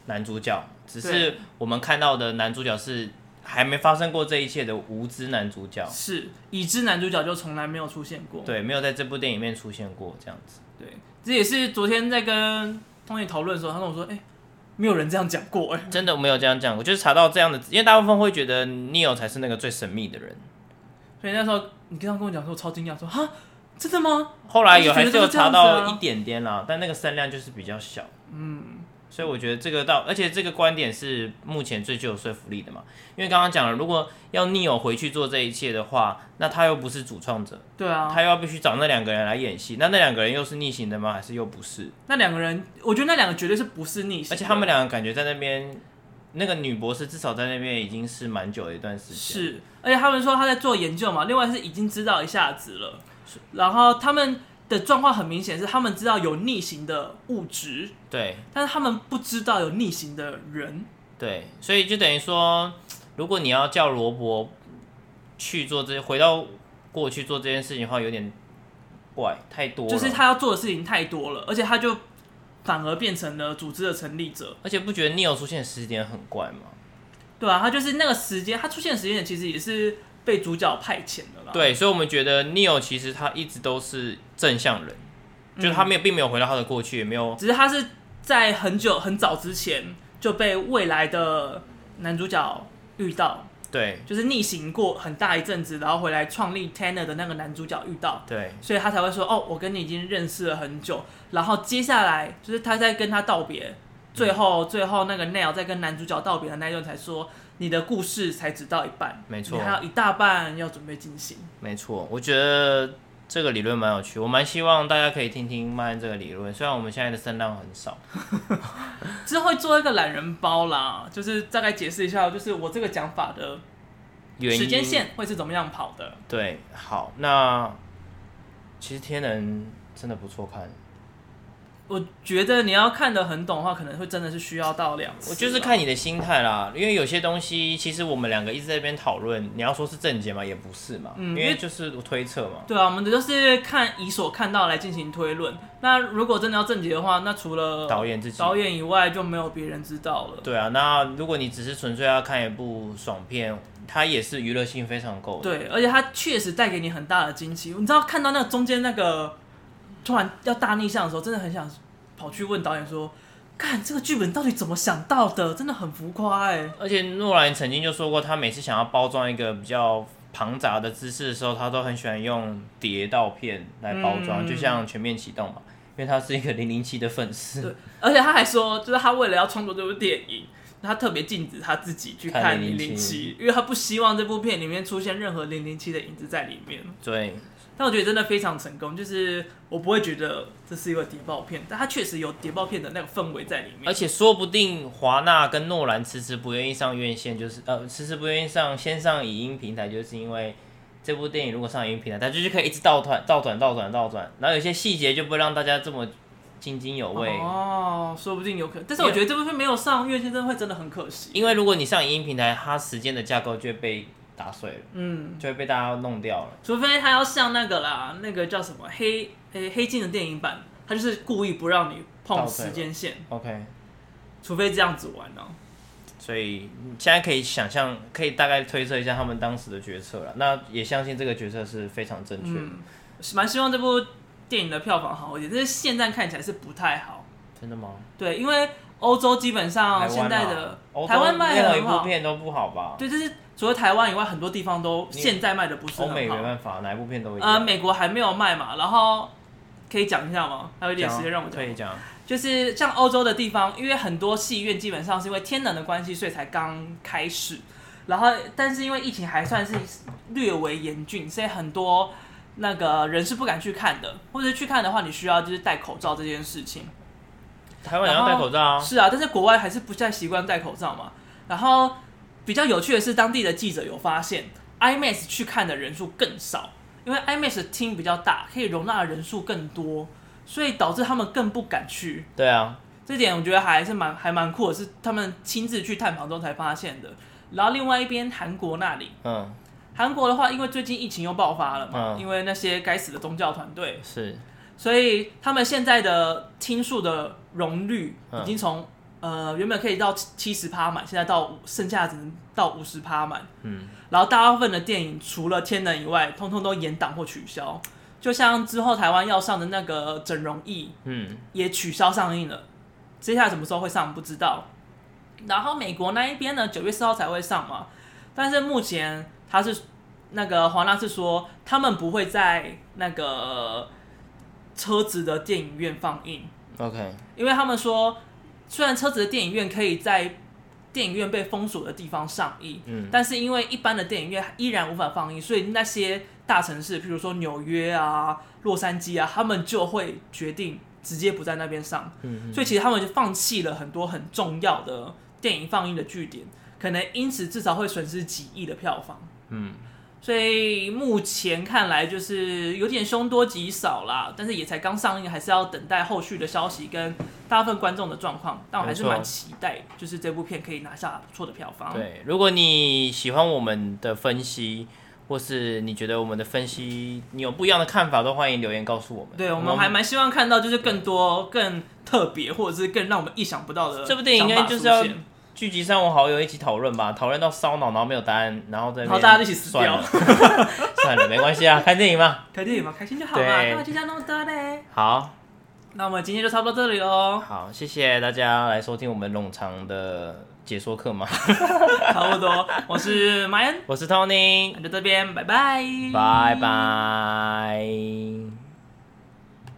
Speaker 2: 男主角，只是我们看到的男主角是还没发生过这一切的无知男主角，
Speaker 1: 是，已知男主角就从来没有出现过。
Speaker 2: 对，没有在这部电影里面出现过这样子。
Speaker 1: 对，这也是昨天在跟通姐讨论的时候，他跟我说，哎、没有人这样讲过、哎，
Speaker 2: 真的没有这样讲过，就是查到这样的，因为大部分会觉得 Neo 才是那个最神秘的人。
Speaker 1: 所以那时候你刚刚跟我讲说，我超惊讶，说哈，真的吗？
Speaker 2: 后来有还是有查
Speaker 1: 我就觉得
Speaker 2: 到
Speaker 1: 就是这样子啊嗯
Speaker 2: 一点点啦，但那个声量就是比较小。所以我觉得这个到，而且这个观点是目前最具有说服力的嘛，因为刚刚讲了，如果要 Neo 回去做这一切的话，那他又不是主创者，
Speaker 1: 对啊，
Speaker 2: 他又要必须找那两个人来演戏，那那两个人又是逆行的吗？还是又不是？
Speaker 1: 那两个人，我觉得那两个绝对是不是逆行的，
Speaker 2: 而且他们两个感觉在那边，那个女博士至少在那边已经是蛮久的一段时间，
Speaker 1: 是，而且他们说他在做研究嘛，另外是已经知道一下子了，然后他们的状况很明显是他们知道有逆行的物质，
Speaker 2: 对
Speaker 1: 但是他们不知道有逆行的人，
Speaker 2: 对，所以就等于说，如果你要叫罗伯去做这些，回到过去做这件事情的话，有点怪，太多了，
Speaker 1: 就是他要做的事情太多了，而且他就反而变成了组织的成立者，
Speaker 2: 而且不觉得 Neo 出现的时间很怪吗？
Speaker 1: 对啊，他就是那个时间，他出现的时间点其实也是被主角派遣的啦，
Speaker 2: 对，所以我们觉得 Neo 其实他一直都是正向人，就是他没有并没有回到他的过去，也没有
Speaker 1: 只是他是在很久很早之前就被未来的男主角遇到，
Speaker 2: 对
Speaker 1: 就是逆行过很大一阵子，然后回来创立 Tanner 的那个男主角遇到，
Speaker 2: 对
Speaker 1: 所以他才会说哦，我跟你已经认识了很久。然后接下来就是他在跟他道别，最后
Speaker 2: 嗯
Speaker 1: 最后那个 Neil 在跟男主角道别的那一段才说，你的故事才只到一半，
Speaker 2: 没错
Speaker 1: 你还有一大半要准备进行。
Speaker 2: 没错，我觉得这个理论蛮有趣，我蛮希望大家可以听听曼恩这个理论，虽然我们现在的声浪很少，
Speaker 1: 之后会做一个懒人包啦，就是大概解释一下，就是我这个讲法的
Speaker 2: 原因
Speaker 1: 时间线会是怎么样跑的。
Speaker 2: 对，好，那其实天能真的不错看，
Speaker 1: 啊我觉得你要看得很懂的话，可能会真的是需要到两次
Speaker 2: 我
Speaker 1: 啦。
Speaker 2: 就是看你的心态啦，因为有些东西其实我们两个一直在那边讨论，你要说是正解嘛，也不是嘛，
Speaker 1: 嗯
Speaker 2: 因
Speaker 1: 因为
Speaker 2: 为就是推测嘛，
Speaker 1: 对啊，我们的就是看以所看到来进行推论。那如果真的要正解的话，那除了
Speaker 2: 导演自己
Speaker 1: 导演以外，就没有别人知道了。
Speaker 2: 对啊，那如果你只是纯粹要看一部爽片，它也是娱乐性非常够的。
Speaker 1: 对，而且它确实带给你很大的惊喜。你知道看到那个中间那个突然要大逆向的时候，真的很想跑去问导演说：“看这个剧本到底怎么想到的？真的很浮夸哎、
Speaker 2: 而且诺兰曾经就说过，他每次想要包装一个比较庞杂的知识的时候，他都很喜欢用谍照片来包装，
Speaker 1: 嗯
Speaker 2: 就像《全面启动》嘛，因为他是一个零零七的粉丝
Speaker 1: 对，而且他还说，就是他为了要创作这部电影，他特别禁止他自己去
Speaker 2: 看
Speaker 1: 看
Speaker 2: 007
Speaker 1: 零零七，因为他不希望这部片里面出现任何零零七的影子在里面。
Speaker 2: 对，
Speaker 1: 但我觉得真的非常成功，就是我不会觉得这是一个谍报片，但它确实有谍报片的那个氛围在里面。
Speaker 2: 而且说不定华纳跟诺兰迟迟不愿意上院线，就是呃迟迟不愿意上先上影音平台，就是因为这部电影如果上影音平台，它就是可以一直倒转、倒转、倒转、倒转，然后有些细节就不会让大家这么津津有味。
Speaker 1: 哦，说不定有可能，但是我觉得这部片没有上院线，真的会真的很可惜。
Speaker 2: 因为如果你上影音平台，它时间的架构就会被打碎了，
Speaker 1: 嗯，
Speaker 2: 就会被大家弄掉了。
Speaker 1: 除非他要像那个啦，那个叫什么黑诶、黑镜的电影版，他就是故意不让你碰
Speaker 2: 倒退了
Speaker 1: 时间线，
Speaker 2: OK，
Speaker 1: 除非这样子玩哦呢、
Speaker 2: 所以现在可以想象，可以大概推测一下他们当时的决策了。那也相信这个决策是非常正确的。
Speaker 1: 嗯，蛮希望这部电影的票房好一点，但是现在看起来是不太好。
Speaker 2: 真的吗？
Speaker 1: 对，因为欧洲基本
Speaker 2: 台
Speaker 1: 上
Speaker 2: 湾
Speaker 1: 哦现在
Speaker 2: 啊
Speaker 1: 的
Speaker 2: 欧洲
Speaker 1: 台湾卖
Speaker 2: 任
Speaker 1: 的
Speaker 2: 何一
Speaker 1: 很
Speaker 2: 部
Speaker 1: 好，
Speaker 2: 片都不好吧？
Speaker 1: 对，就是除了台湾以外，很多地方都
Speaker 2: 你
Speaker 1: 现在卖的不是
Speaker 2: 欧美啊
Speaker 1: 很
Speaker 2: 没
Speaker 1: 好。
Speaker 2: 办法，哪一部片都一样。
Speaker 1: 呃，美国还没有卖嘛，然后可以讲一下吗？还有一点时间让我
Speaker 2: 可
Speaker 1: 讲
Speaker 2: 以。讲，
Speaker 1: 就是像欧洲的地方，因为很多戏院基本上是因为天冷的关系，所以才刚开始。然后，但是因为疫情还算是略为严峻，所以很多那个人是不敢去看的，或者去看的话，你需要就是戴口罩这件事情。
Speaker 2: 台湾也要戴口罩啊。
Speaker 1: 是啊，但是国外还是不太习惯戴口罩嘛。然后比较有趣的是，当地的记者有发现，IMAX 去看的人数更少，因为 IMAX 的厅比较大，可以容纳的人数更多，所以导致他们更不敢去。
Speaker 2: 对啊，
Speaker 1: 这点我觉得还是蛮还蛮酷的，是他们亲自去探访中才发现的。然后另外一边韩国那里，
Speaker 2: 嗯，
Speaker 1: 韩国的话，因为最近疫情又爆发了嘛，
Speaker 2: 嗯
Speaker 1: 因为那些该死的宗教团队，
Speaker 2: 是
Speaker 1: 所以他们现在的听数的容率
Speaker 2: 嗯
Speaker 1: 已经从、呃原本可以到七十趴满，现在到五剩下只能到五十趴满。
Speaker 2: 嗯，
Speaker 1: 然后大部分的电影除了《天能》以外，通通都延档或取消。就像之后台湾要上的那个《整容艺》，
Speaker 2: 嗯，
Speaker 1: 也取消上映了，接下来什么时候会上不知道。然后美国那一边呢，九月四号才会上嘛，但是目前他是那个华纳是说他们不会在那个车子的电影院放映，
Speaker 2: OK，
Speaker 1: 因为他们说虽然车子的电影院可以在电影院被封锁的地方上映，
Speaker 2: 嗯
Speaker 1: 但是因为一般的电影院依然无法放映，所以那些大城市，譬如说纽约啊、洛杉矶啊，他们就会决定直接不在那边上。
Speaker 2: 嗯
Speaker 1: 所以其实他们就放弃了很多很重要的电影放映的据点，可能因此至少会损失几亿的票房。
Speaker 2: 嗯，
Speaker 1: 所以目前看来就是有点凶多吉少啦，但是也才刚上映，还是要等待后续的消息跟大部分观众的状况。但我还是
Speaker 2: 没错
Speaker 1: 蛮期待，就是这部片可以拿下不错的票房。，
Speaker 2: 对，如果你喜欢我们的分析，或是你觉得我们的分析你有不一样的看法，都欢迎留言告诉我们。
Speaker 1: 对我们还蛮希望看到就是更多、更特别，或者是更让我们意想不到的
Speaker 2: 这部电影应该
Speaker 1: 想法
Speaker 2: 就是
Speaker 1: 出
Speaker 2: 要
Speaker 1: 现
Speaker 2: 聚集三五好友一起讨论吧，讨论到烧脑，然后没有答案，然后再
Speaker 1: 然后大家就一起死
Speaker 2: 算
Speaker 1: 掉
Speaker 2: 了， 算了，没关系啊，看电影嘛。
Speaker 1: 看电影嘛，开心就好嘛，
Speaker 2: 对
Speaker 1: 干嘛计较那么多嘞？
Speaker 2: 好
Speaker 1: 那我们今天就差不多这里喽，
Speaker 2: 好，谢谢大家来收听我们冗长的解说课嘛，
Speaker 1: 差不多。我是马恩，
Speaker 2: 我是 Tony，
Speaker 1: 那就这边，拜拜，
Speaker 2: 拜。拜。